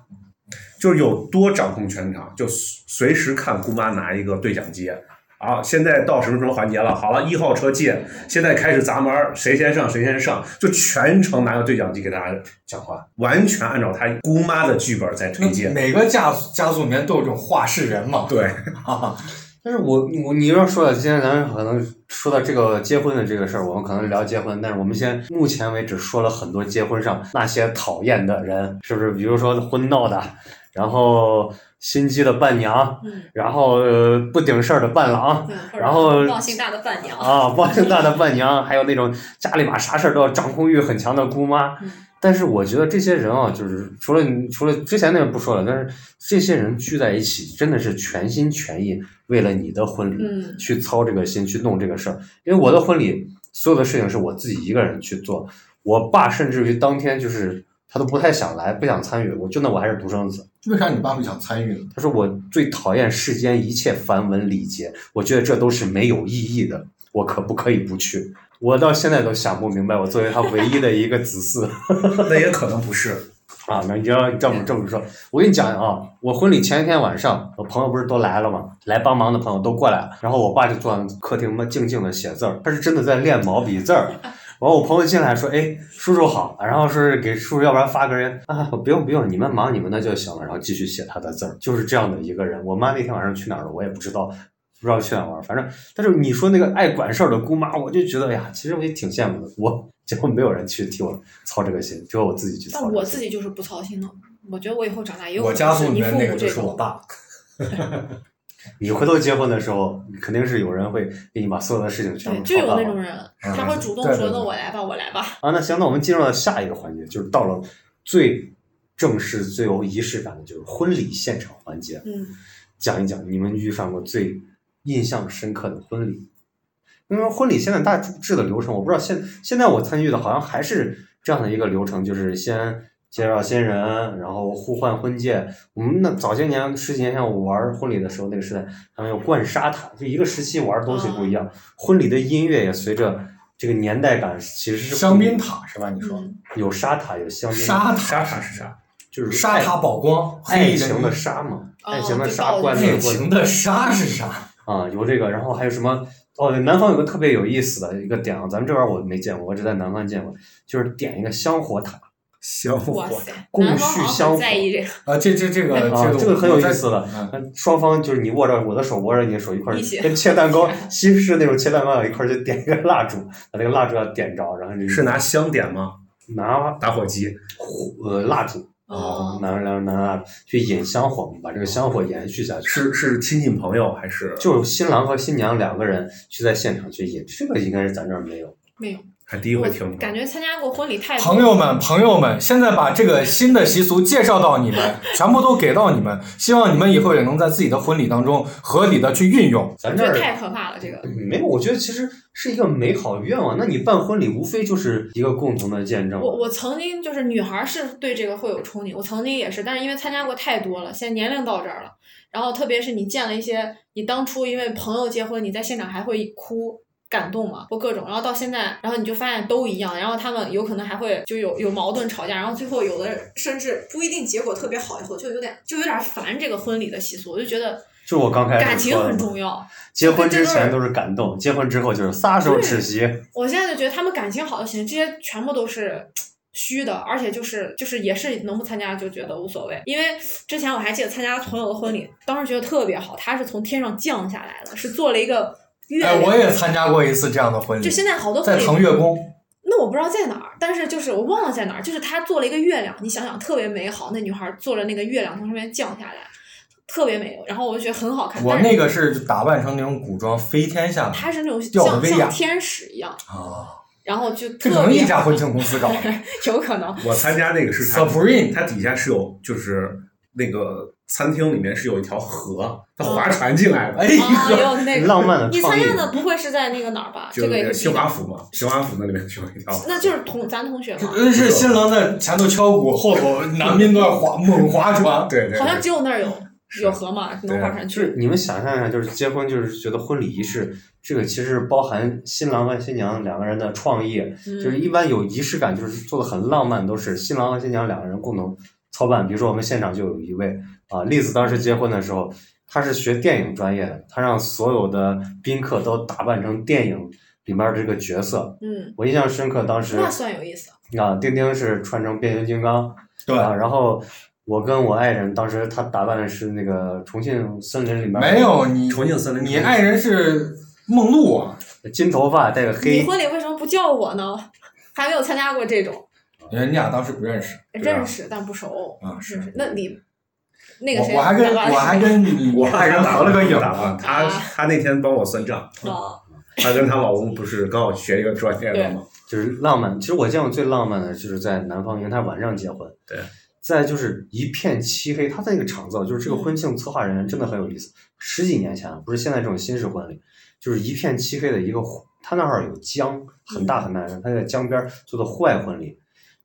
S3: 就是有多掌控全场，就随时看姑妈拿一个对讲机。啊，现在到什么什么环节了？好了，一号车进，现在开始砸门儿，谁先上谁先上，就全程拿个对讲机给大家讲话，完全按照他姑妈的剧本在推
S2: 那
S3: 进。
S2: 每个家族家族里面都有这种话事人嘛， (laughs)
S3: 对，
S2: 啊，
S1: 但是我我你要说到今天咱们可能说到这个结婚的这个事儿，我们可能聊结婚，但是我们先目前为止说了很多结婚上那些讨厌的人，是不是？比如说婚闹的，然后心机的伴娘，
S4: 嗯，
S1: 然后、呃、不顶事儿的伴郎。
S4: 对，或者
S1: 然后
S4: 忘性大的伴娘，
S1: 啊，忘性大的伴娘，还有那种家里把啥事儿都要掌控欲很强的姑妈
S4: 嗯，
S1: 但是我觉得这些人啊，就是除了你除了之前那个不说了，但是这些人聚在一起，真的是全心全意为了你的婚礼，
S4: 嗯
S1: 去操这个心去弄这个事儿。因为我的婚礼所有的事情是我自己一个人去做，我爸甚至于当天就是他都不太想来，不想参与。我就那我还是独生子，
S2: 为啥你爸不想参与呢？
S1: 他说我最讨厌世间一切繁文礼节，我觉得这都是没有意义的，我可不可以不去？我到现在都想不明白，我作为他唯一的一个子嗣。
S3: 那也可能不是。
S1: 啊，那你要这么这么说，我跟你讲啊，我婚礼前一天晚上，我朋友不是都来了吗？来帮忙的朋友都过来了，然后我爸就坐在客厅嘛，静静的写字儿，他是真的在练毛笔字儿。 (laughs) 完，我朋友进来说：“哎，叔叔好。”然后是给叔叔，要不然发个人啊，不用不用，你们忙你们的就行了。然后继续写他的字儿，就是这样的一个人。我妈那天晚上去哪儿了，我也不知道，不知道去哪儿玩儿。反正，但是你说那个爱管事儿的姑妈，我就觉得哎呀，其实我也挺羡慕的。我 (laughs) 结果没有人去替我操这个心，只有我自己去操
S4: 但
S1: 这个心。
S4: 我自己就是不操心的，我觉得我以后长大也有
S2: 我
S4: 可能
S2: 家族
S4: 是
S2: 里
S4: 你
S2: 面
S4: 父
S2: 那
S4: 母
S2: 个就
S4: 这
S2: 是我
S4: 种，
S2: 爸，
S1: 你回头结婚的时候，肯定是有人会给你把所有的事情全
S4: 对，
S1: 部
S4: 就有
S1: 操
S4: 那
S1: 办
S4: 种
S1: 了
S4: 人，
S2: 嗯
S4: 他会主动
S2: 对对：“
S4: 说那
S2: 对
S4: 我来吧，我来吧。
S1: 啊。那行，那我们进入到下一个环节，就是到了最正式、最有仪式感的，就是婚礼现场环节”。
S4: 嗯，
S1: 讲一讲你们遇上过最印象深刻的婚礼。因为婚礼现在大致的流程，我不知道现现在我参与的好像还是这样的一个流程，就是先介绍新人，然后互换婚戒。我们那早些年十几年前我玩婚礼的时候，那个时代他们有灌沙塔，就一个时期玩的东西不一样，婚礼的音乐也随着这个年代感其实是
S2: 香
S1: 不一
S2: 槟塔是吧？你说
S4: 嗯
S1: 有沙塔有香槟塔，
S2: 沙塔
S3: 沙塔是啥？
S1: 就是
S2: 沙塔宝光，
S1: 爱
S2: 黑
S1: 爱
S2: 衣
S1: 情
S2: 人
S1: 的沙嘛，
S4: 哦
S2: 哎
S1: 爱情的
S4: 就
S1: 沙
S4: 到
S1: 灌
S4: 那
S1: 的
S2: 恋
S4: 个
S2: 情的沙是啥？
S1: 啊，有这个，然后还有什么？哦，南方有个特别有意思的一个点啊，咱们这边我没见过，我只在南方见过，就是点一个香火塔
S3: 香
S4: 哇
S3: 火
S4: 塞，
S1: 供
S4: 南方
S1: 需
S4: 好
S1: 相
S4: 像
S1: 符
S4: 很在意这个，
S2: 啊，这这这个
S1: 啊，
S2: 这
S1: 这个
S2: 个
S1: 很有意思
S2: 了。
S1: 的。
S2: 嗯
S1: 双方就是你握着我的手，握着你的手一块儿
S4: 一起
S1: 跟切蛋糕，西式那种切蛋糕一块儿就点一个蜡烛，把那个蜡烛要点着，然后就是
S3: 拿香点吗？
S1: 拿
S3: 打火机
S1: 呃蜡烛
S4: 哦
S1: 拿拿拿蜡烛去引香火嘛，把这个香火延续下去。
S3: 是是亲戚朋友还是
S1: 就是新郎和新娘两个人去在现场去引，这个应该是咱这儿没有。
S4: 没有，
S3: 还第一回听
S4: 我？感觉参加过婚礼太多
S2: 朋友们，朋友们，现在把这个新的习俗介绍到你们，全部都给到你们，希望你们以后也能在自己的婚礼当中合理的去运用。
S1: 咱
S4: 我
S1: 这
S4: 觉
S1: 儿
S4: 得太可怕了，这个
S1: 没有，我觉得其实是一个美好愿望。那你办婚礼无非就是一个共同的见证。
S4: 我我曾经就是女孩儿是对这个会有憧憬，我曾经也是，但是因为参加过太多了，现在年龄到这儿了，然后特别是你见了一些你当初因为朋友结婚，你在现场还会哭。感动嘛，或各种，然后到现在，然后你就发现都一样，然后他们有可能还会就有有矛盾吵架，然后最后有的人甚至不一定结果特别好，以后就有点就有点烦这个婚礼的习俗，我就觉得
S1: 就是我刚开始
S4: 感情
S1: 说的
S4: 很重要，
S1: 结婚之前都是感动，结婚之后就是撒手
S4: 对
S1: 吃席。
S4: 我现在就觉得他们感情好就行，这些全部都是虚的，而且就是就是也是能不参加就觉得无所谓。因为之前我还记得参加朋友的婚礼，当时觉得特别好，他是从天上降下来的，是做了一个月
S2: 哎，
S4: 亮。
S2: 我也参加过一次这样的婚礼
S4: 就，现在好多婚
S2: 在
S4: 礼，
S2: 腾月宫，
S4: 那我不知道在哪儿，但是就是我忘了在哪儿，就是他做了一个月亮，你想想特别美好，那女孩做了那个月亮从上面降下来，特别美，然后我就觉得很好看。
S2: 我
S4: 但是
S2: 那个是打扮成那种古装飞天下来
S4: 她是那种
S2: 吊着
S4: 像
S2: 威亚
S4: 像天使一样，
S2: 啊，
S4: 然后就
S2: 这
S4: 特
S2: 可能
S4: 别
S2: 一家
S4: 好
S2: 婚庆公司搞的。
S4: 有可能，
S3: 我参加那个是它
S2: Sabrina
S3: 它底下是有就是那个餐厅里面是有一条河，它划船进来的，
S2: 哎
S4: 啊，
S2: 呦，
S4: 有那个
S1: 浪漫的
S4: 你
S1: 创
S4: 参
S1: 意
S4: 加的不会是在那个哪儿吧？
S3: 就
S4: 这个也
S3: 是
S4: 是
S3: 新华府嘛，新华府那里面是有一条河，
S4: 那就是同咱同学嘛。
S2: 呃是新郎在前头敲鼓，后头男宾都要划猛划船。
S3: (laughs) 对对，对
S4: 好像只有那儿有，有河嘛，能划船
S1: 就
S4: 去。
S1: 是你们想象一下，就是结婚，就是觉得婚礼仪式，这个其实包含新郎和新娘两个人的创意，
S4: 嗯
S1: 就是一般有仪式感，就是做的很浪漫，都是新郎和新娘两个人共同操办。比如说我们现场就有一位啊，栗子当时结婚的时候，她是学电影专业的，她让所有的宾客都打扮成电影里面的这个角色。
S4: 嗯，
S1: 我印象深刻，当时
S4: 那算有意思。
S1: 啊，丁丁是穿成变形金刚，
S2: 对
S1: 啊，然后我跟我爱人当时他打扮的是那个重庆森林里面
S2: 没有你，
S3: 重庆森林
S2: 你爱人是梦露啊，
S1: 金头发带个
S4: 你
S1: 黑，
S4: 婚礼为什么不叫我呢？还没有参加过这种，
S2: 人家俩当时不认识
S3: 对啊
S4: 认识但不熟。
S2: 啊，
S4: 是是，那你那个谁，
S2: 我我还跟
S4: 咱俩
S2: 我还
S4: (laughs)
S2: 跟你
S3: 我
S2: 爱人合了个影
S3: 啊
S2: 啊，
S3: 他
S4: 啊
S3: 他那天帮我算账，
S4: 啊，
S3: 她跟她老公不是刚好学一个专业的吗？
S1: 就是浪漫。其实我见过最浪漫的就是在南方，因为他晚上结婚，
S3: 对，
S1: 再就是一片漆黑。他在那个场子，就是这个婚庆策划人员真的很有意思。十几年前了，不是现在这种新式婚礼，就是一片漆黑的一个湖，他那儿有江，很大很大的江，他在江边做的户外婚礼。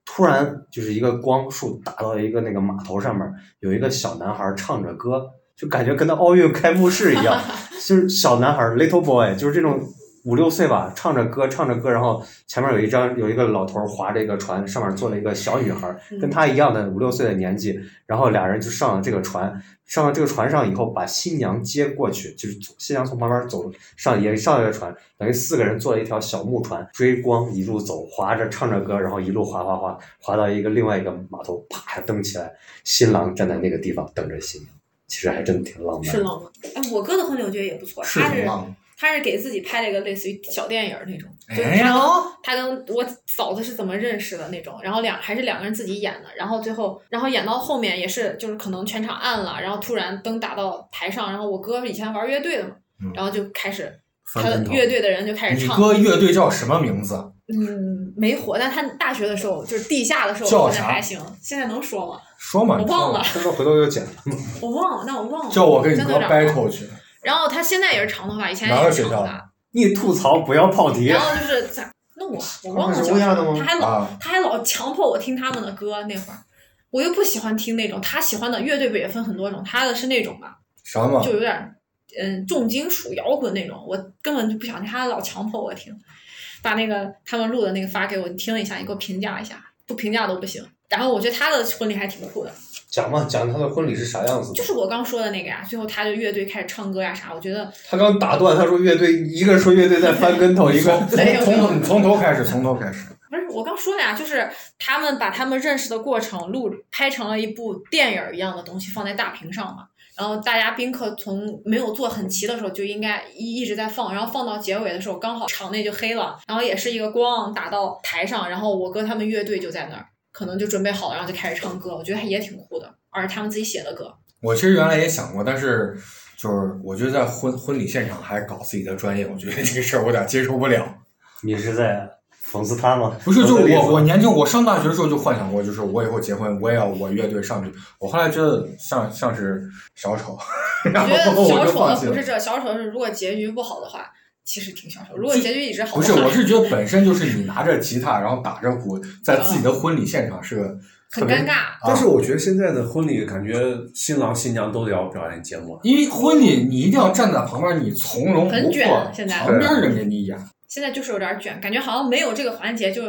S1: 突然就是一个光束打到一个那个码头上面，有一个小男孩唱着歌，就感觉跟那奥运开幕式一样，就是小男孩 little boy，就是这种五六岁吧，唱着歌唱着歌，然后前面有一张有一个老头划着一个船，上面坐了一个小女孩，
S4: 嗯
S1: 跟他一样的五六岁的年纪，然后俩人就上了这个船，上了这个船上以后，把新娘接过去，就是从新娘从旁边走上也上了这个船，等于四个人坐了一条小木船，追光一路走，划着唱着歌，然后一路划划划划到一个另外一个码头，啪蹬起来，新郎站在那个地方等着新娘，其实还真的挺浪漫
S4: 是
S1: 的。
S4: 浪漫。哎，我哥的婚礼我觉得也不错，
S2: 是
S4: 他
S2: 挺
S4: 是
S2: 浪漫。
S4: 他是给自己拍了一个类似于小电影儿那种，就是
S2: 哎呀
S4: 他跟、他跟我嫂子是怎么认识的那种，然后两还是两个人自己演的，然后最后然后演到后面也是就是可能全场暗了，然后突然灯打到台上，然后我哥以前玩乐队的嘛
S2: 嗯，
S4: 然后就开始他
S3: 翻
S4: 的
S3: 跟头
S4: 乐队的人就开始
S2: 你
S4: 唱，
S2: 哥乐队叫什么名字？
S4: 嗯，没火，但他大学的时候就是地下的时候
S2: 叫
S4: 我觉得
S2: 啥
S4: 还行，现在能说吗？
S2: 说嘛，
S4: 我忘了，
S1: 他说回头又剪了，
S4: 我忘了，那我忘了，
S2: 叫我跟你
S4: 真的
S2: 哥
S4: 有点忘了
S2: battle 去。
S4: 然后他现在也是长头发，以前
S2: 哪
S4: 也
S2: 个学
S4: 是长
S2: 校
S4: 头
S2: 的
S4: 发，
S1: 你吐槽不要跑题
S4: 然。后就是咋弄我，我忘了
S1: 他
S4: 叫
S1: 是
S4: 啥
S1: 乌鸦的吗
S4: 他还老、
S2: 啊
S4: 他还老强迫我听他们的歌那会儿，我又不喜欢听那种他喜欢的乐队不也分很多种，他的是那种吧，
S2: 什么
S4: 就？有点儿嗯重金属摇滚那种，我根本就不想听，他老强迫我听，把那个他们录的那个发给我，你听一下，你给我评价一下，不评价都不行。然后我觉得他的婚礼还挺酷的，
S1: 讲嘛，讲他的婚礼是啥样子的。
S4: 就是我刚说的那个呀，最后他就乐队开始唱歌呀啥，我觉得
S1: 他刚打断，他说乐队，一个说乐队在翻跟头，一个
S4: 没有
S2: 从从你从头开始，从头开始。
S4: 不是我刚说了呀，就是他们把他们认识的过程录拍成了一部电影儿一样的东西放在大屏上嘛，然后大家宾客从没有坐很齐的时候就应该一一直在放，然后放到结尾的时候刚好场内就黑了，然后也是一个光打到台上，然后我哥他们乐队就在那儿，可能就准备好了，然后就开始唱歌，我觉得也挺酷的，而且他们自己写的歌，
S2: 我其实原来也想过，但是就是我觉得在婚婚礼现场还是搞自己的专业，我觉得这个事儿我有点接受不了。
S1: 你是在讽刺他吗？
S2: 不是，就
S1: 讽刺栗子
S2: 我我年轻，我上大学的时候就幻想过，就是我以后结婚，我也要我乐队上去。我后来觉得像像是小丑， (laughs) 然
S4: 我觉得
S2: 后我
S4: 小
S2: 就
S4: 丑
S2: 放
S4: 的
S2: 弃
S4: 不
S2: 了
S4: 是。这，小丑是如果结局不好的话，其实挺小丑；如果
S2: 这
S4: 结局一直 (laughs) 好
S2: 不
S4: 的
S2: 是，
S4: 话，
S2: 我是觉得本身就是你拿着吉他，然后打着鼓，在自己的婚礼现场是个
S4: 嗯很尴尬。
S3: 但是我觉得现在的婚礼，感觉新郎新娘都得要表演节目了。
S2: 因为婚礼你一定要站在旁边，你从容
S4: 很
S2: 不
S4: 卷啊
S2: 迫，
S4: 现在
S2: 旁边人给你演。
S4: 现在就是有点卷，感觉好像没有这个环节就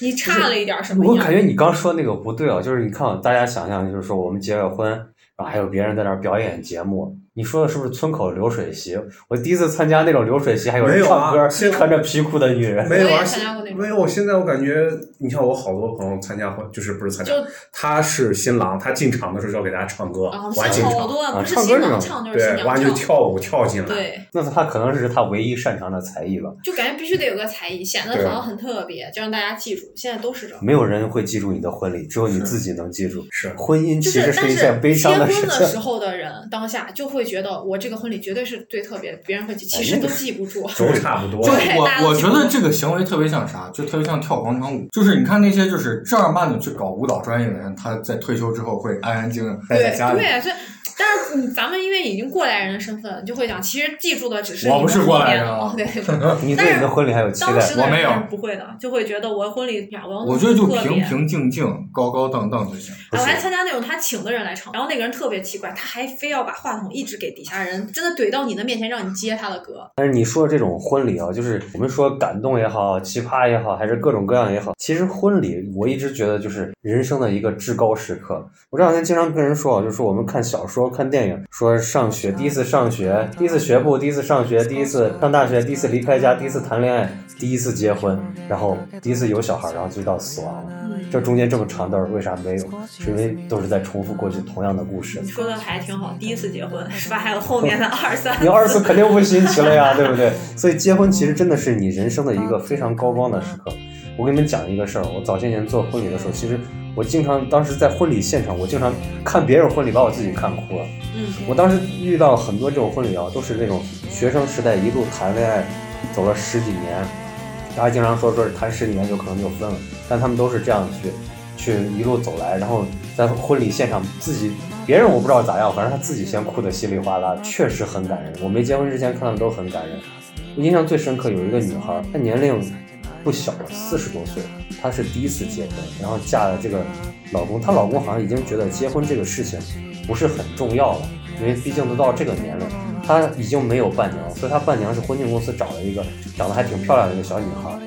S4: 你差了一点什么
S1: 我
S4: 一样
S1: 感。觉你刚说那个不对啊，就是你看啊大家想象，就是说我们结个婚，然后还有别人在那儿表演节目。你说的是不是村口流水席？我第一次参加那种流水席，还有
S3: 没
S1: 人
S3: 有啊
S1: 唱歌，
S3: 现
S1: 穿着皮裤的女人。
S3: 没有
S4: 我
S3: 啊
S4: 也参加过那，种
S3: 没有。现在我感觉，你像我好多朋友参加婚，就是不是参加
S4: 就，
S3: 他是新郎，他进场的时候就要给大家唱歌，
S4: 啊，
S3: 我还进
S4: 像好
S3: 场，
S4: 多
S1: 啊
S4: 不是
S1: 唱
S4: 新
S1: 歌
S4: 郎
S1: 这
S4: 唱就是新
S3: 对，我
S4: 娘
S3: 还就
S4: 唱，
S3: 跳舞跳进来。
S4: 对，
S1: 那他可能是他唯一擅长的才艺吧，
S4: 就感觉必须得有个才艺，显得
S3: 对
S2: 啊
S4: 好像很特别，就让大家记住。现在都是这样，
S1: 没有人会记住你的婚礼，只有你自己能记住。
S3: 是
S1: 婚姻
S4: 就
S1: 其实
S4: 但
S1: 一件悲
S4: 是结
S1: 伤
S4: 婚
S1: 事
S4: 的
S1: 情。
S4: 时候的人当下就会觉得我这个婚礼绝对是最特别的，别人会记，
S2: 哎
S4: 其实
S1: 那
S4: 都
S1: 个
S4: 记不住。
S3: 都差不多
S2: 就
S4: 对
S2: 是
S4: 大
S2: 我
S4: 家都
S2: 我
S4: 记
S2: 觉
S4: 不
S2: 得
S4: 住
S2: 这个行为特别像啥，就特别像跳广场舞。就是你看那些就是正儿八经去搞舞蹈专业的人，他在退休之后会安安静静待
S4: 对啊
S2: 在家里。
S4: 对，所以但是你咱们因为已经过来人的身份，你就会想，其实记住的只是
S2: 我
S4: 你
S2: 不
S4: 们
S2: 是
S4: 后
S2: 过来
S4: 面
S2: 人啊
S4: 哦对对对，
S1: (laughs) 你对你的婚礼还有期
S4: 当
S1: 待
S4: 时？的
S2: 我没有
S4: 人是不会的，就会觉得我婚礼呀，我要弄
S2: 我觉得就
S4: 特别
S2: 平平静静、高高荡荡就行。
S1: 不是
S4: 啊，我还参加那种他请的人来唱，然后那个人特别奇怪，他还非要把话筒一直给底下人，真的怼到你的面前，让你接他的歌。
S1: 但是你说的这种婚礼啊，就是我们说感动也好，奇葩也好，还是各种各样也好，其实婚礼我一直觉得就是人生的一个至高时刻。我这两天经常跟人说啊，就是我们看小说、看电影，说上学第一次上学，第一次学步，第一次上学，第一次上大学，第一次离开家，第一次谈恋爱，第一次结婚，然后第一次有小孩，然后就到死亡了。
S4: 嗯，
S1: 这中间这么长段儿为啥没有？是因为都是在重复过去同样的故事
S4: 你。说的还挺好，第一次结婚是吧？还有后面的二三，
S1: 你二次肯定不新奇了呀，对不对？ (laughs) 所以结婚其实真的是你人生的一个非常高光的时刻。我给你们讲一个事儿，我早些年做婚礼的时候，其实我经常当时在婚礼现场，我经常看别人婚礼把我自己看哭了。
S4: 嗯，
S1: 我当时遇到很多这种婚礼啊，都是那种学生时代一路谈恋爱，走了十几年，大家经常说说是谈十几年就可能就分了，但他们都是这样去去一路走来，然后在婚礼现场自己，别人我不知道咋样，反正他自己先哭得稀里哗啦，确实很感人。我没结婚之前看他们都很感人。我印象最深刻有一个女孩，她年龄不小了，四十多岁，她是第一次结婚，然后嫁了这个老公，她老公好像已经觉得结婚这个事情不是很重要了，因为毕竟都到这个年龄，她已经没有伴娘，所以她伴娘是婚庆公司找了一个长得还挺漂亮的一个小女孩。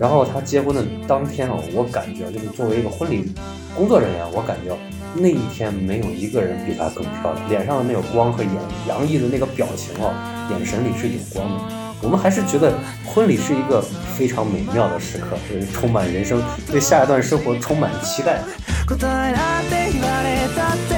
S1: 然后她结婚的当天啊，我感觉就是作为一个婚礼工作人员，我感觉那一天没有一个人比她更漂亮，脸上的那个光和眼洋溢的那个表情啊，眼神里是有光的。我们还是觉得婚礼是一个非常美妙的时刻，是充满人生对下一段生活充满期待。
S6: 答えなんて言われたって